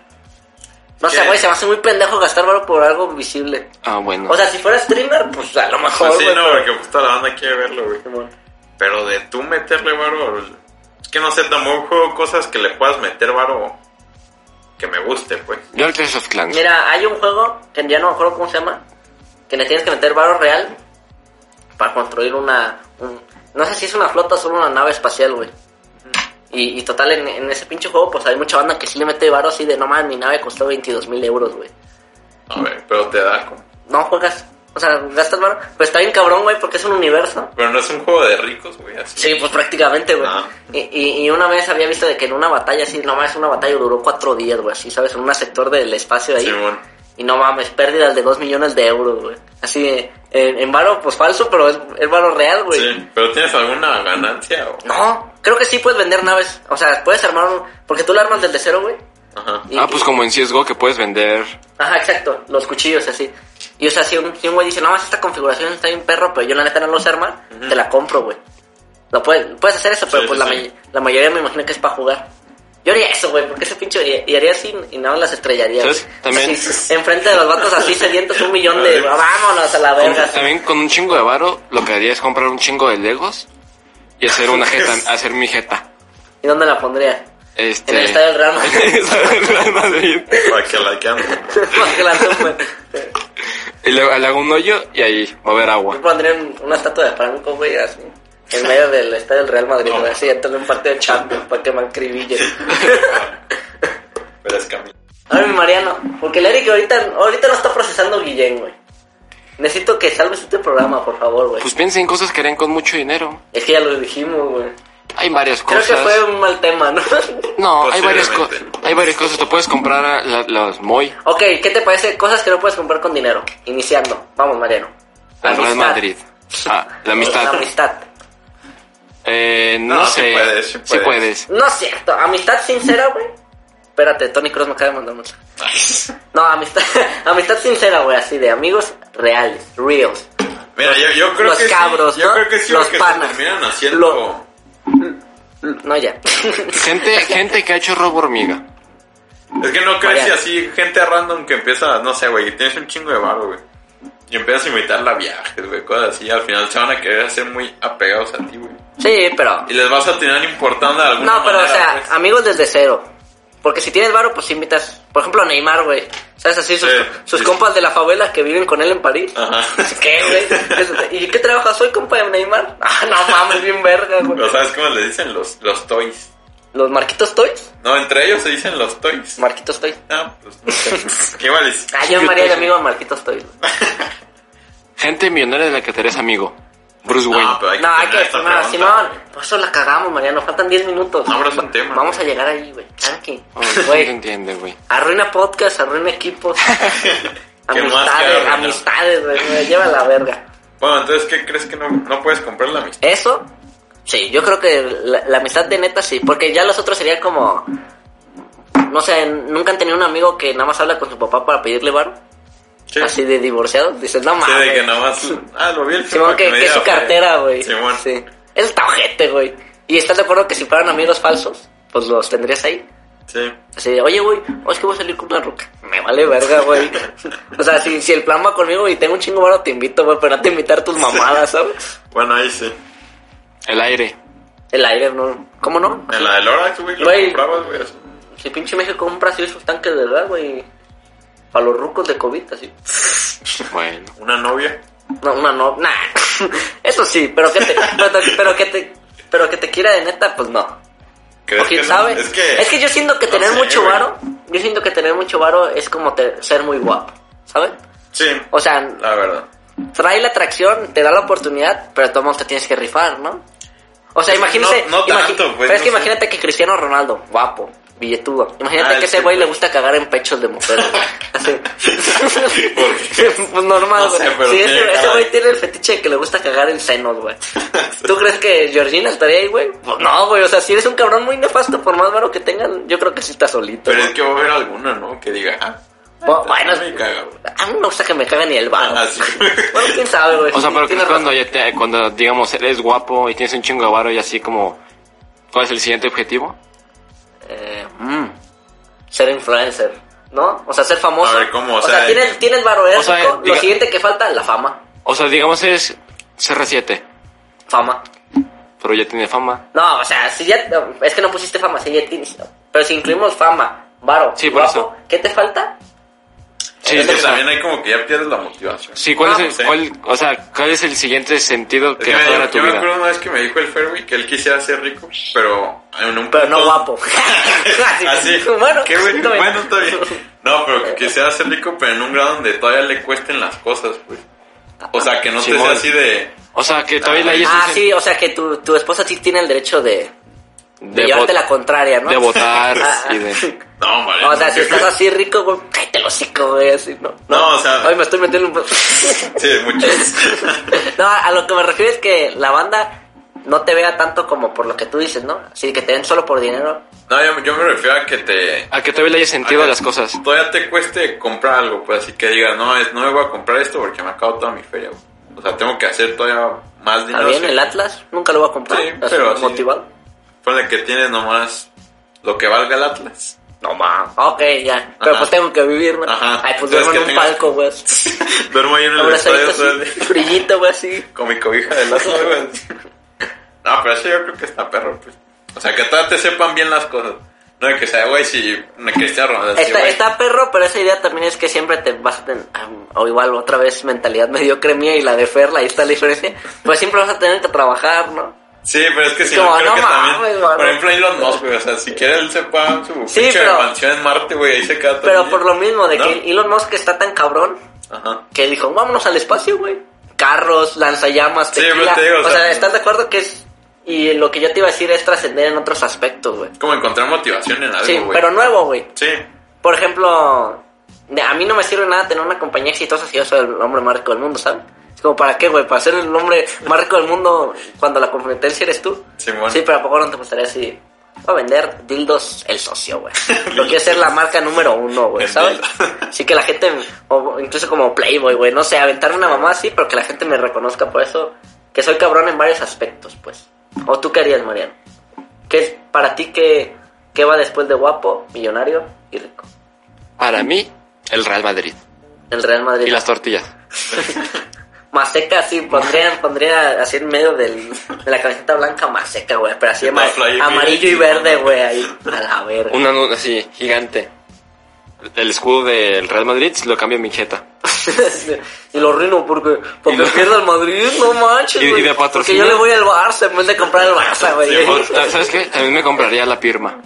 Speaker 2: No sé,
Speaker 3: ¿Qué?
Speaker 2: güey. Se me hace muy pendejo gastar barro por algo visible.
Speaker 1: Ah, bueno.
Speaker 2: O sea, si fuera streamer, pues a lo mejor.
Speaker 3: Pues sí,
Speaker 2: güey,
Speaker 3: no,
Speaker 2: pero-
Speaker 3: porque justo la banda quiere verlo, güey.
Speaker 2: Simón.
Speaker 3: Pero de tú meterle varo. Es que no sé, tampoco juego cosas que le puedas meter varo que me guste, pues.
Speaker 1: Yo al Clash of Clans.
Speaker 2: Mira, hay un juego que ya no me acuerdo cómo se llama, que le tienes que meter barro real para construir una... un- no sé si es una flota o solo una nave espacial, güey. Y, y total, en, en ese pinche juego, pues hay mucha banda que sí le mete barro así de, no mames, mi nave costó 22 mil euros, güey.
Speaker 3: A ver, pero te da como.
Speaker 2: No juegas, o sea, gastas barro. Pues está bien cabrón, güey, porque es un universo.
Speaker 3: Pero no es un juego de ricos, güey, así.
Speaker 2: Sí, pues prácticamente, güey.
Speaker 3: Ah.
Speaker 2: Y, y, y una vez había visto de que en una batalla, así, no mames, una batalla duró cuatro días, güey, así, ¿sabes? En un sector del espacio ahí.
Speaker 3: Simón.
Speaker 2: Y no mames, pérdidas de 2 millones de euros, güey. Así, eh, en, en varo, pues falso, pero es, es varo real, güey.
Speaker 3: Sí, pero ¿tienes alguna ganancia o.?
Speaker 2: No, creo que sí puedes vender naves. O sea, puedes armar un... Porque tú lo armas desde cero, güey.
Speaker 3: Ajá.
Speaker 2: Y-
Speaker 1: Ah, pues como en CSGO que puedes vender.
Speaker 2: Ajá, exacto, los cuchillos, así. Y o sea, si un, si un güey dice, no, más esta configuración está bien perro, pero yo la neta no lo sé armar, te la compro, güey. Lo puedes, puedes hacer eso, pero
Speaker 3: Sí,
Speaker 2: pues
Speaker 3: sí,
Speaker 2: la,
Speaker 3: sí.
Speaker 2: may- la mayoría me imagino que es para jugar. Yo haría eso, güey, porque ese pinche haría- y haría así y no las estrellaría.
Speaker 1: ¿Sabes?
Speaker 2: güey.
Speaker 1: También-
Speaker 2: Así, enfrente de los vatos así sedientos un millón de... Vámonos a la
Speaker 1: Con-
Speaker 2: verga. así.
Speaker 1: también con un chingo de varo, lo que haría es comprar un chingo de Legos y hacer una jeta, hacer mi jeta.
Speaker 2: ¿Y dónde la pondría?
Speaker 1: Este...
Speaker 2: En el estadio del Real Madrid.
Speaker 1: En el estadio del Real Madrid.
Speaker 3: Para que la quedan.
Speaker 2: Para que la tumben.
Speaker 1: Y luego le hago un hoyo y ahí va a haber agua.
Speaker 2: Yo pondría un- una estatua de Franco, güey, así. En medio del estadio del Real Madrid, güey, así, entrando en parte de Champions para que me acribillen.
Speaker 3: Pero es camino.
Speaker 2: A ver, mi Mariano, porque el Eric ahorita, ahorita no está procesando Guillén, güey. Necesito que salves este programa, por favor, güey.
Speaker 1: Pues piensen en cosas que harían con mucho dinero.
Speaker 2: es que ya lo dijimos, güey.
Speaker 1: Hay varias
Speaker 2: Creo
Speaker 1: cosas.
Speaker 2: que fue un mal tema, ¿no?
Speaker 1: No, hay varias, co-
Speaker 3: Posiblemente.
Speaker 1: hay varias cosas. Te puedes comprar a la- los Moy
Speaker 2: ok, ¿qué te parece? Cosas que no puedes comprar con dinero. Iniciando. Vamos, Mariano.
Speaker 1: al Real
Speaker 2: Amistad.
Speaker 1: Madrid. Ah, la amistad.
Speaker 2: amistad.
Speaker 1: Eh, no,
Speaker 3: No, sí
Speaker 1: sé.
Speaker 3: puedes, sí
Speaker 1: Sí
Speaker 3: puedes.
Speaker 2: No es cierto. Amistad sincera, güey. Espérate, Tony Cruz me acaba de mandar mucho. No, amistad, amistad sincera, güey. Así de amigos reales, reals.
Speaker 3: Mira, yo, yo creo
Speaker 2: Los
Speaker 3: que. sí,
Speaker 2: cabros,
Speaker 3: Yo
Speaker 2: ¿no?
Speaker 3: creo que sí,
Speaker 2: Los
Speaker 3: porque
Speaker 2: panas.
Speaker 3: se terminan haciendo.
Speaker 2: Lo- No, ya.
Speaker 1: Gente, gente que ha hecho robo hormiga.
Speaker 3: Es que no crees
Speaker 2: Mariano.
Speaker 3: así gente random que empieza, no sé, güey, tienes un chingo de barro, güey. Y empiezas a imitarla a viajes, güey, cosas así. Al final se van a querer hacer muy apegados a ti, güey.
Speaker 2: sí, pero...
Speaker 3: Y les vas a tener importando de alguna
Speaker 2: No, pero o
Speaker 3: manera,
Speaker 2: sea,
Speaker 3: pues.
Speaker 2: amigos desde cero. Porque si tienes varo, pues invitas, por ejemplo, a Neymar, güey. ¿Sabes? Así sus,
Speaker 3: Sí,
Speaker 2: sus
Speaker 3: sí.
Speaker 2: compas de la favela que viven con él en París.
Speaker 3: Ajá.
Speaker 2: ¿Qué, güey? ¿Y qué trabajas? Soy compa de Neymar. Ah, no mames, bien verga, güey.
Speaker 3: Pero ¿sabes cómo le dicen los, los toys?
Speaker 2: ¿Los Marquitos Toys?
Speaker 3: No, entre ellos se dicen los toys.
Speaker 2: Marquitos Toys.
Speaker 3: Ah, pues no sé. ¿Qué igual es?
Speaker 2: Ah, yo
Speaker 1: Yo
Speaker 2: me haría de
Speaker 1: toys.
Speaker 2: amigo a Marquitos Toys. güey.
Speaker 1: Gente millonaria de la que te eres amigo. Bruce Wayne.
Speaker 3: pero
Speaker 2: No, hay
Speaker 3: terminar
Speaker 2: que
Speaker 3: esta
Speaker 2: Simón,
Speaker 3: pregunta,
Speaker 2: Simón. Por eso la cagamos, Mariano. Faltan 10 minutos.
Speaker 3: No, pero es un tema,
Speaker 2: Vamos a
Speaker 3: güey.
Speaker 2: llegar ahí, güey. Tranqui.
Speaker 1: Oh, no se
Speaker 2: Güey,
Speaker 1: entiende, güey.
Speaker 2: arruina podcast, arruina equipos.
Speaker 3: ¿Qué más que
Speaker 2: amistades,
Speaker 3: arruinar?
Speaker 2: amistades, güey. Me lleva a la verga.
Speaker 3: Bueno, entonces, ¿qué crees que no, no puedes comprar la amistad?
Speaker 2: Eso, sí, yo creo que la, la amistad de neta sí, porque ya los otros sería como. No sé, nunca han tenido un amigo que nada más habla con su papá para pedirle varo,
Speaker 3: Sí,
Speaker 2: así de divorciado. Dices, no
Speaker 3: Sí,
Speaker 2: mames.
Speaker 3: de que nada más. Ah, lo vi el
Speaker 2: Simón,
Speaker 3: Simón
Speaker 2: que, que es su
Speaker 3: diera,
Speaker 2: cartera, güey.
Speaker 3: Simón.
Speaker 2: Sí. Eso está ojete, güey. Y estás de acuerdo que si fueran amigos falsos, pues los tendrías ahí.
Speaker 3: Sí.
Speaker 2: Así de, oye, güey, oh, es que voy a salir con una ruca. Me vale verga, güey. o sea, si, si el plan va conmigo y tengo un chingo de varo, te invito, güey, pero no te invitar tus mamadas, ¿sabes?
Speaker 3: Bueno, ahí sí.
Speaker 1: El aire.
Speaker 2: El aire, no. ¿Cómo no?
Speaker 3: En la del Orax, güey, lo
Speaker 2: Güey.
Speaker 3: comprabas, güey. así.
Speaker 2: Si pinche México compra así sus tanques de gas, güey. Para los rucos de COVID, así.
Speaker 1: Bueno.
Speaker 3: Una novia.
Speaker 2: No, una no, nah. Eso sí, pero que te, pero, te- pero que te, pero que te quiera de neta, pues no.
Speaker 3: ¿Crees
Speaker 2: O quién
Speaker 3: que no?
Speaker 2: sabe.
Speaker 3: Es que.
Speaker 2: yo siento que
Speaker 3: no
Speaker 2: tener
Speaker 3: sé,
Speaker 2: mucho
Speaker 3: güey.
Speaker 2: varo yo siento que tener mucho varo es como te- ser muy guapo, ¿sabes?
Speaker 3: Sí,
Speaker 2: O sea,
Speaker 3: la verdad.
Speaker 2: trae la atracción, te da la oportunidad, pero de todos modos te tienes que rifar, ¿no? O sea,
Speaker 3: Pues,
Speaker 2: imagínese.
Speaker 3: no- no
Speaker 2: imagi-
Speaker 3: tanto, pues,
Speaker 2: pero es que
Speaker 3: no sé.
Speaker 2: imagínate que Cristiano Ronaldo, guapo, billetudo. Imagínate
Speaker 3: Ah,
Speaker 2: que ese
Speaker 3: sí,
Speaker 2: güey le
Speaker 3: pues.
Speaker 2: gusta cagar en pechos de mujeres. güey. Así.
Speaker 3: ¿Por
Speaker 2: pues normal,
Speaker 3: No sé,
Speaker 2: güey.
Speaker 3: pero
Speaker 2: sí,
Speaker 3: tiene
Speaker 2: ese, ese
Speaker 3: cara
Speaker 2: güey
Speaker 3: de-
Speaker 2: tiene el fetiche de que le gusta cagar en senos, güey. ¿Tú crees que Georgina estaría ahí, güey? Pues no, güey. O sea, si eres un cabrón muy nefasto, por más varo que tengan, yo creo que sí está solito.
Speaker 3: Pero es
Speaker 2: güey.
Speaker 3: que va a haber alguna, ¿no? Que diga, ah,
Speaker 2: Bu- bueno,
Speaker 3: me caga, güey.
Speaker 2: a mí no me gusta que me caguen ni el varo.
Speaker 3: Ah, sí.
Speaker 2: Bueno, quién sabe, güey.
Speaker 1: O sea,
Speaker 2: Sí,
Speaker 1: pero que
Speaker 2: tienes
Speaker 1: es cuando, ya te- cuando, digamos, eres guapo y tienes un chingo de varo y así como... ¿Cuál es el siguiente objetivo?
Speaker 2: Eh, mm, ser influencer, ¿no? O sea, ser famoso.
Speaker 3: A ver, ¿cómo? O
Speaker 2: O sea,
Speaker 3: sea, de-
Speaker 2: tienes, tienes varo erótico,
Speaker 1: O sea,
Speaker 2: lo
Speaker 1: diga-
Speaker 2: siguiente que falta, la fama.
Speaker 1: O sea, digamos es CR7,
Speaker 2: Fama.
Speaker 1: pero ya tiene fama.
Speaker 2: No, o sea, si ya... no, Es que no pusiste fama, si ya tienes... Pero si incluimos fama, varo,
Speaker 1: Sí, por
Speaker 2: guapo,
Speaker 1: eso.
Speaker 2: ¿qué te falta?
Speaker 1: Sí,
Speaker 3: es que
Speaker 1: o sea,
Speaker 3: también hay como que ya pierdes la motivación.
Speaker 1: sí, ¿cuál,
Speaker 2: Ah,
Speaker 1: es el,
Speaker 3: pues, sí.
Speaker 1: cuál- o sea, ¿cuál es el siguiente sentido
Speaker 3: Es
Speaker 1: que
Speaker 3: que me-
Speaker 1: aflora
Speaker 3: yo,
Speaker 1: tu
Speaker 3: me
Speaker 1: vida?
Speaker 3: acuerdo una vez que me dijo el Ferby que él quisiera ser rico, pero en un
Speaker 2: Pero no
Speaker 3: punto-
Speaker 2: guapo. Así.
Speaker 3: Así.
Speaker 2: Bueno,
Speaker 3: Qué bueno,
Speaker 2: está bien.
Speaker 3: bueno, está bien. No, pero que quisiera ser rico, pero en un grado donde todavía le cuesten las cosas, pues. O sea, que no te
Speaker 1: Simón.
Speaker 3: sea así de.
Speaker 1: O sea, que todavía la
Speaker 2: Ah,
Speaker 1: ISS
Speaker 2: sí, o sea, que tu, tu esposa sí tiene el derecho de... De,
Speaker 1: De
Speaker 2: llevarte
Speaker 1: vot-
Speaker 2: la contraria, ¿no?
Speaker 1: de votar
Speaker 2: Ah,
Speaker 1: y de...
Speaker 3: No, vale.
Speaker 2: No, o sea, si
Speaker 3: que-
Speaker 2: estás así rico, güey, cállate el hocico, güey, así, ¿no?
Speaker 3: No, o sea-
Speaker 2: Ay, me estoy metiendo un... po-
Speaker 3: Sí, muchas.
Speaker 2: no, a a lo que me refiero es que la banda no te vea tanto como por lo que tú dices, ¿no? Así que te ven solo por dinero.
Speaker 3: No, yo, yo me refiero a que te.
Speaker 1: A que todavía le haya sentido a las cosas.
Speaker 3: Todavía te cueste comprar algo, pues así que digas, no, es, no me voy a comprar esto porque me acabo toda mi feria, güey. O sea, tengo que hacer todavía más dinero.
Speaker 2: También
Speaker 3: sí.
Speaker 2: el Atlas, nunca lo voy a comprar.
Speaker 3: Sí,
Speaker 2: así,
Speaker 3: pero así-
Speaker 2: motivado.
Speaker 3: Ponle que tienes nomás lo que valga el Atlas.
Speaker 2: No, ma. Ok, ya. Pero
Speaker 3: Ajá.
Speaker 2: pues tengo que vivir, ¿no?
Speaker 3: Ajá.
Speaker 2: Ay, pues
Speaker 3: Entonces,
Speaker 2: duermo en
Speaker 3: que
Speaker 2: un
Speaker 3: tengas-
Speaker 2: palco, güey.
Speaker 3: Duermo ahí en el estadio
Speaker 2: Abrazadito
Speaker 3: todo el día.
Speaker 2: así, brillito, güey, así.
Speaker 3: con mi cobija de lazo, güey. No, pero eso yo creo que está perro, pues. O sea, que todavía te sepan bien las cosas. No de que sea, güey, si me Cristiano Ronaldo, sí,
Speaker 2: Está,
Speaker 3: güey.
Speaker 2: está perro, pero esa idea también es que siempre te vas a tener, am, o igual otra vez mentalidad mediocre mía y la de Ferla, ahí está la diferencia, pues siempre vas a tener que trabajar, ¿no?
Speaker 3: Sí, pero es que si
Speaker 2: Como,
Speaker 3: no, creo
Speaker 2: no
Speaker 3: que
Speaker 2: mames,
Speaker 3: también.
Speaker 2: mano.
Speaker 3: Por ejemplo, Elon Musk, güey. O sea, si quiere él sepa su
Speaker 2: Sí,
Speaker 3: pinche
Speaker 2: pero-
Speaker 3: mansión en Marte, güey, ahí se queda todo el
Speaker 2: Pero
Speaker 3: día.
Speaker 2: por lo mismo, de
Speaker 3: ¿No?
Speaker 2: que Elon Musk está tan cabrón,
Speaker 3: Ajá.
Speaker 2: que dijo, vámonos al espacio, güey. Carros, lanzallamas,
Speaker 3: Sí, pero
Speaker 2: tequila.
Speaker 3: te digo,
Speaker 2: o,
Speaker 3: o
Speaker 2: sea,
Speaker 3: sea,
Speaker 2: ¿estás de acuerdo que es...? Y lo que yo te iba a decir es trascender en otros aspectos, güey.
Speaker 3: Como encontrar motivación en algo,
Speaker 2: Sí,
Speaker 3: güey.
Speaker 2: pero nuevo, güey.
Speaker 3: Sí.
Speaker 2: Por ejemplo, de- a mí no me sirve nada tener una compañía exitosa si yo soy el hombre más rico del mundo, ¿sabes? Es como, ¿para qué, güey? ¿Para ser el hombre más rico del mundo cuando la competencia eres tú?
Speaker 3: Simón.
Speaker 2: Sí, pero ¿a poco no te gustaría así? Voy a vender dildos el socio, güey. Lo que es ser la marca número uno, güey, Pues,
Speaker 3: El
Speaker 2: ¿sabes?
Speaker 3: dildo.
Speaker 2: Así que la gente, o incluso como Playboy, güey, no sé, aventar una mamá así, pero que la gente me reconozca por eso, que soy cabrón en varios aspectos, pues. ¿O tú qué harías, Mariano? ¿Qué es para ti qué, qué va después de guapo, millonario y rico?
Speaker 1: Para mí, el Real Madrid.
Speaker 2: El Real Madrid.
Speaker 1: Y las tortillas.
Speaker 2: Maseca, sí, pondría, pondría así en medio del, de la camiseta blanca Maseca, güey. Pero así
Speaker 3: Sí,
Speaker 2: ama-
Speaker 3: para fly-
Speaker 2: amarillo y verde, güey, ahí. A la verga.
Speaker 1: Una nu- así, gigante. El escudo del Real Madrid lo cambio en mi jeta.
Speaker 2: y lo rino porque,
Speaker 1: Y
Speaker 2: porque
Speaker 1: lo-
Speaker 2: pierde el Madrid, no manches,
Speaker 1: Y- y
Speaker 2: güey.
Speaker 1: de
Speaker 2: Porque
Speaker 1: patrocinio.
Speaker 2: yo le voy al Barça en vez de comprar el Barça, güey.
Speaker 3: Sí, por-
Speaker 1: ¿Sabes qué? También me compraría la firma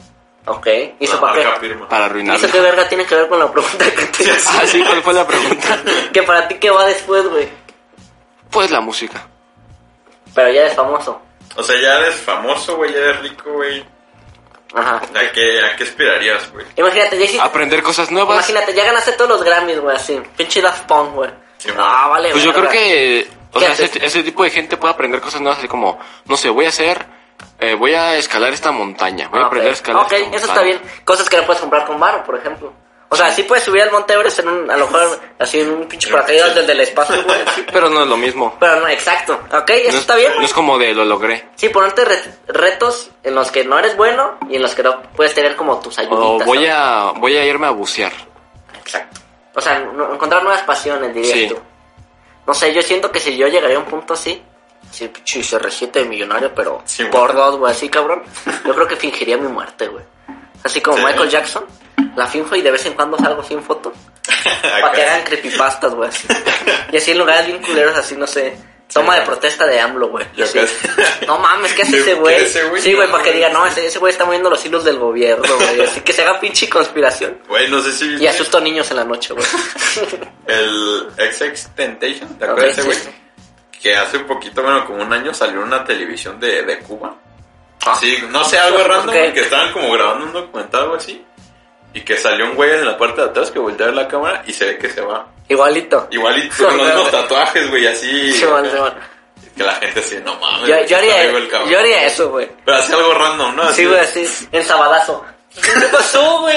Speaker 2: ok, ¿y
Speaker 1: Ah,
Speaker 2: eso
Speaker 3: La
Speaker 2: para
Speaker 3: marca
Speaker 2: qué?
Speaker 3: Ah, firma.
Speaker 1: para
Speaker 2: ¿Y eso
Speaker 1: arruinarla.
Speaker 2: qué verga tiene que ver con la pregunta que te hice?
Speaker 1: Ah, sí, ¿cuál fue la pregunta?
Speaker 2: Que para ti, ¿qué va después, güey?
Speaker 1: Pues la música.
Speaker 2: Pero ya eres famoso.
Speaker 3: O sea, ya eres famoso, güey, ya eres rico, güey.
Speaker 2: Ajá.
Speaker 3: ¿A qué, ¿A qué aspirarías, güey?
Speaker 2: Imagínate, ya hiciste-
Speaker 1: Aprender cosas nuevas.
Speaker 2: Imagínate, ya ganaste todos los Grammys, güey, así. Pinche Daft Punk, güey.
Speaker 3: Sí,
Speaker 2: ah, vale,
Speaker 1: Pues yo creo
Speaker 2: verga.
Speaker 1: que o
Speaker 2: ¿Qué
Speaker 1: sea,
Speaker 2: haces?
Speaker 1: ese, ese tipo de gente puede aprender cosas nuevas, así como, no sé, voy a hacer, eh, voy a escalar esta montaña, voy a
Speaker 2: Ah,
Speaker 1: aprender a
Speaker 2: ok.
Speaker 1: escalar.
Speaker 2: Ok,
Speaker 1: esta
Speaker 2: eso está
Speaker 1: montaña.
Speaker 2: bien. Cosas que no puedes comprar con barro, por ejemplo. O sea, sí puedes subir al Monte Everest en un, a lo mejor, así en un pinche paracaídas desde el espacio, güey. así.
Speaker 1: Pero no es lo mismo.
Speaker 2: Pero no, exacto. Ok, eso
Speaker 1: No es-
Speaker 2: está bien,
Speaker 1: No
Speaker 2: güey.
Speaker 1: es como de lo logré.
Speaker 2: Sí, ponerte re- retos en los que no eres bueno y en los que no puedes tener como tus ayuditas.
Speaker 1: O voy
Speaker 2: ¿sabes?
Speaker 1: a, voy a irme a bucear.
Speaker 2: Exacto. O sea, no- encontrar nuevas pasiones, dirías
Speaker 1: Sí.
Speaker 2: tú. No sé, yo siento que si yo llegaría a un punto así, así, pinche CR7 millonario, pero
Speaker 3: Sí, güey.
Speaker 2: por dos, güey, así, cabrón, yo creo que fingiría mi muerte, güey. Así como
Speaker 3: Sí.
Speaker 2: Michael Jackson, la finjo y de vez en cuando salgo sin fotos para que hagan creepypastas, güey, así. Y así en lugares bien culeros, así, no sé. Toma de protesta de AMLO, güey.
Speaker 3: Yo
Speaker 2: Así.
Speaker 3: casi-
Speaker 2: No mames, ¿qué hace
Speaker 3: ¿Qué-
Speaker 2: ese
Speaker 3: qué
Speaker 2: güey?
Speaker 3: ese güey?
Speaker 2: Sí, güey,
Speaker 3: No,
Speaker 2: para que
Speaker 3: güey.
Speaker 2: diga, no, ese ese güey está moviendo los hilos del gobierno, güey. Así que se haga pinche conspiración.
Speaker 3: Güey, no sé si viste
Speaker 2: Y asustó niños en la noche, güey.
Speaker 3: el XX Temptation, ¿te
Speaker 2: Ok,
Speaker 3: acuerdas de
Speaker 2: sí,
Speaker 3: ese güey?
Speaker 2: sí.
Speaker 3: Que hace un poquito, bueno, como un año salió una televisión de, de Cuba. Sí, no sé, algo random,
Speaker 2: Ah. Ok.
Speaker 3: que estaban como grabando un documental o algo así. Y que salió un güey en la parte de atrás que voltea a ver la cámara y se ve que se va.
Speaker 2: Igualito.
Speaker 3: Igualito, con los mismos tatuajes, güey, así.
Speaker 2: Sí, man, sí, man.
Speaker 3: Que la gente así, no mames.
Speaker 2: Yo,
Speaker 3: güey,
Speaker 2: yo
Speaker 3: está
Speaker 2: haría,
Speaker 3: vivo el cabrón. Ah,
Speaker 2: yo haría eso, güey.
Speaker 3: Pero así algo random, ¿no?
Speaker 2: Sí, güey, así, en sabadazo. ¿Qué pasó, güey?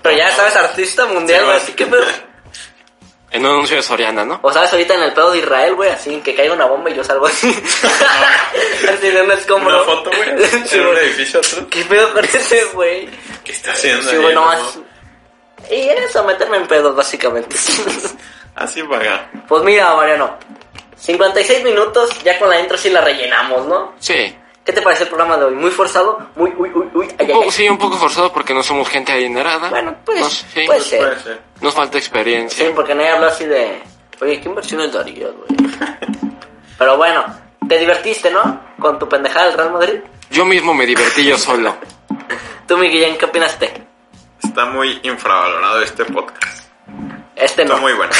Speaker 2: Pero ya sabes, artista mundial,
Speaker 3: Sí,
Speaker 2: güey,
Speaker 3: man.
Speaker 2: así que pedo.
Speaker 1: En un anuncio de Soriana, ¿no?
Speaker 2: O sabes, ahorita en el pedo de Israel, güey, así, que caiga una bomba y yo salgo así. así de un escombro.
Speaker 3: Una foto, güey.
Speaker 2: Sí,
Speaker 3: en un
Speaker 2: güey.
Speaker 3: edificio atrás.
Speaker 2: ¿Qué pedo con ese, güey?
Speaker 3: ¿Qué está haciendo?
Speaker 2: Sí,
Speaker 3: ahí,
Speaker 2: güey,
Speaker 3: no?
Speaker 2: no más. Y eso, meterme en pedos, básicamente.
Speaker 3: Así vaga.
Speaker 2: pues mira, Mariano. 56 minutos, ya con la intro sí la rellenamos, ¿no?
Speaker 1: Sí.
Speaker 2: ¿Qué te parece el programa de hoy? ¿Muy forzado? Muy, uy, uy, uy,
Speaker 1: Un
Speaker 2: ay, ay,
Speaker 1: poco-
Speaker 2: ay.
Speaker 1: sí, un poco forzado porque no somos gente adinerada.
Speaker 2: Bueno, pues,
Speaker 1: Nos, sí,
Speaker 2: puede ser.
Speaker 3: Puede ser.
Speaker 1: nos falta experiencia.
Speaker 2: Sí, porque nadie habló así de. Oye, ¿qué inversiones darías, güey? Pero bueno, te divertiste, ¿no? Con tu pendejada del Real Madrid.
Speaker 1: Yo mismo me divertí yo solo.
Speaker 2: Tú, mi Guillén, ¿qué opinaste?
Speaker 3: Está muy infravalorado este podcast.
Speaker 2: Este no.
Speaker 3: Está muy bueno.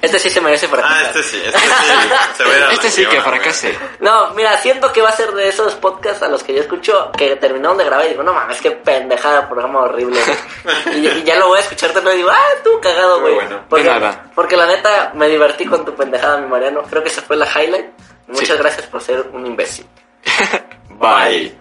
Speaker 2: Este sí se merece
Speaker 3: Ah,
Speaker 2: fracasar.
Speaker 3: este sí, este sí. Se va a ir a la
Speaker 1: Este sí que
Speaker 3: quiebra, güey.
Speaker 1: fracase.
Speaker 2: No, mira, siento que va a ser de esos podcasts a los que yo escucho que terminaron de grabar y digo, no mames, qué pendejada, programa horrible. güey". y, y ya lo voy a escuchar de nuevo y digo, ah, tú cagado,
Speaker 3: Pero
Speaker 2: güey.
Speaker 3: bueno, de
Speaker 2: porque,
Speaker 1: nada.
Speaker 2: porque la neta me divertí con tu pendejada, mi Mariano. Creo que esa fue la highlight. Muchas
Speaker 1: Sí.
Speaker 2: gracias por ser un imbécil.
Speaker 1: Bye.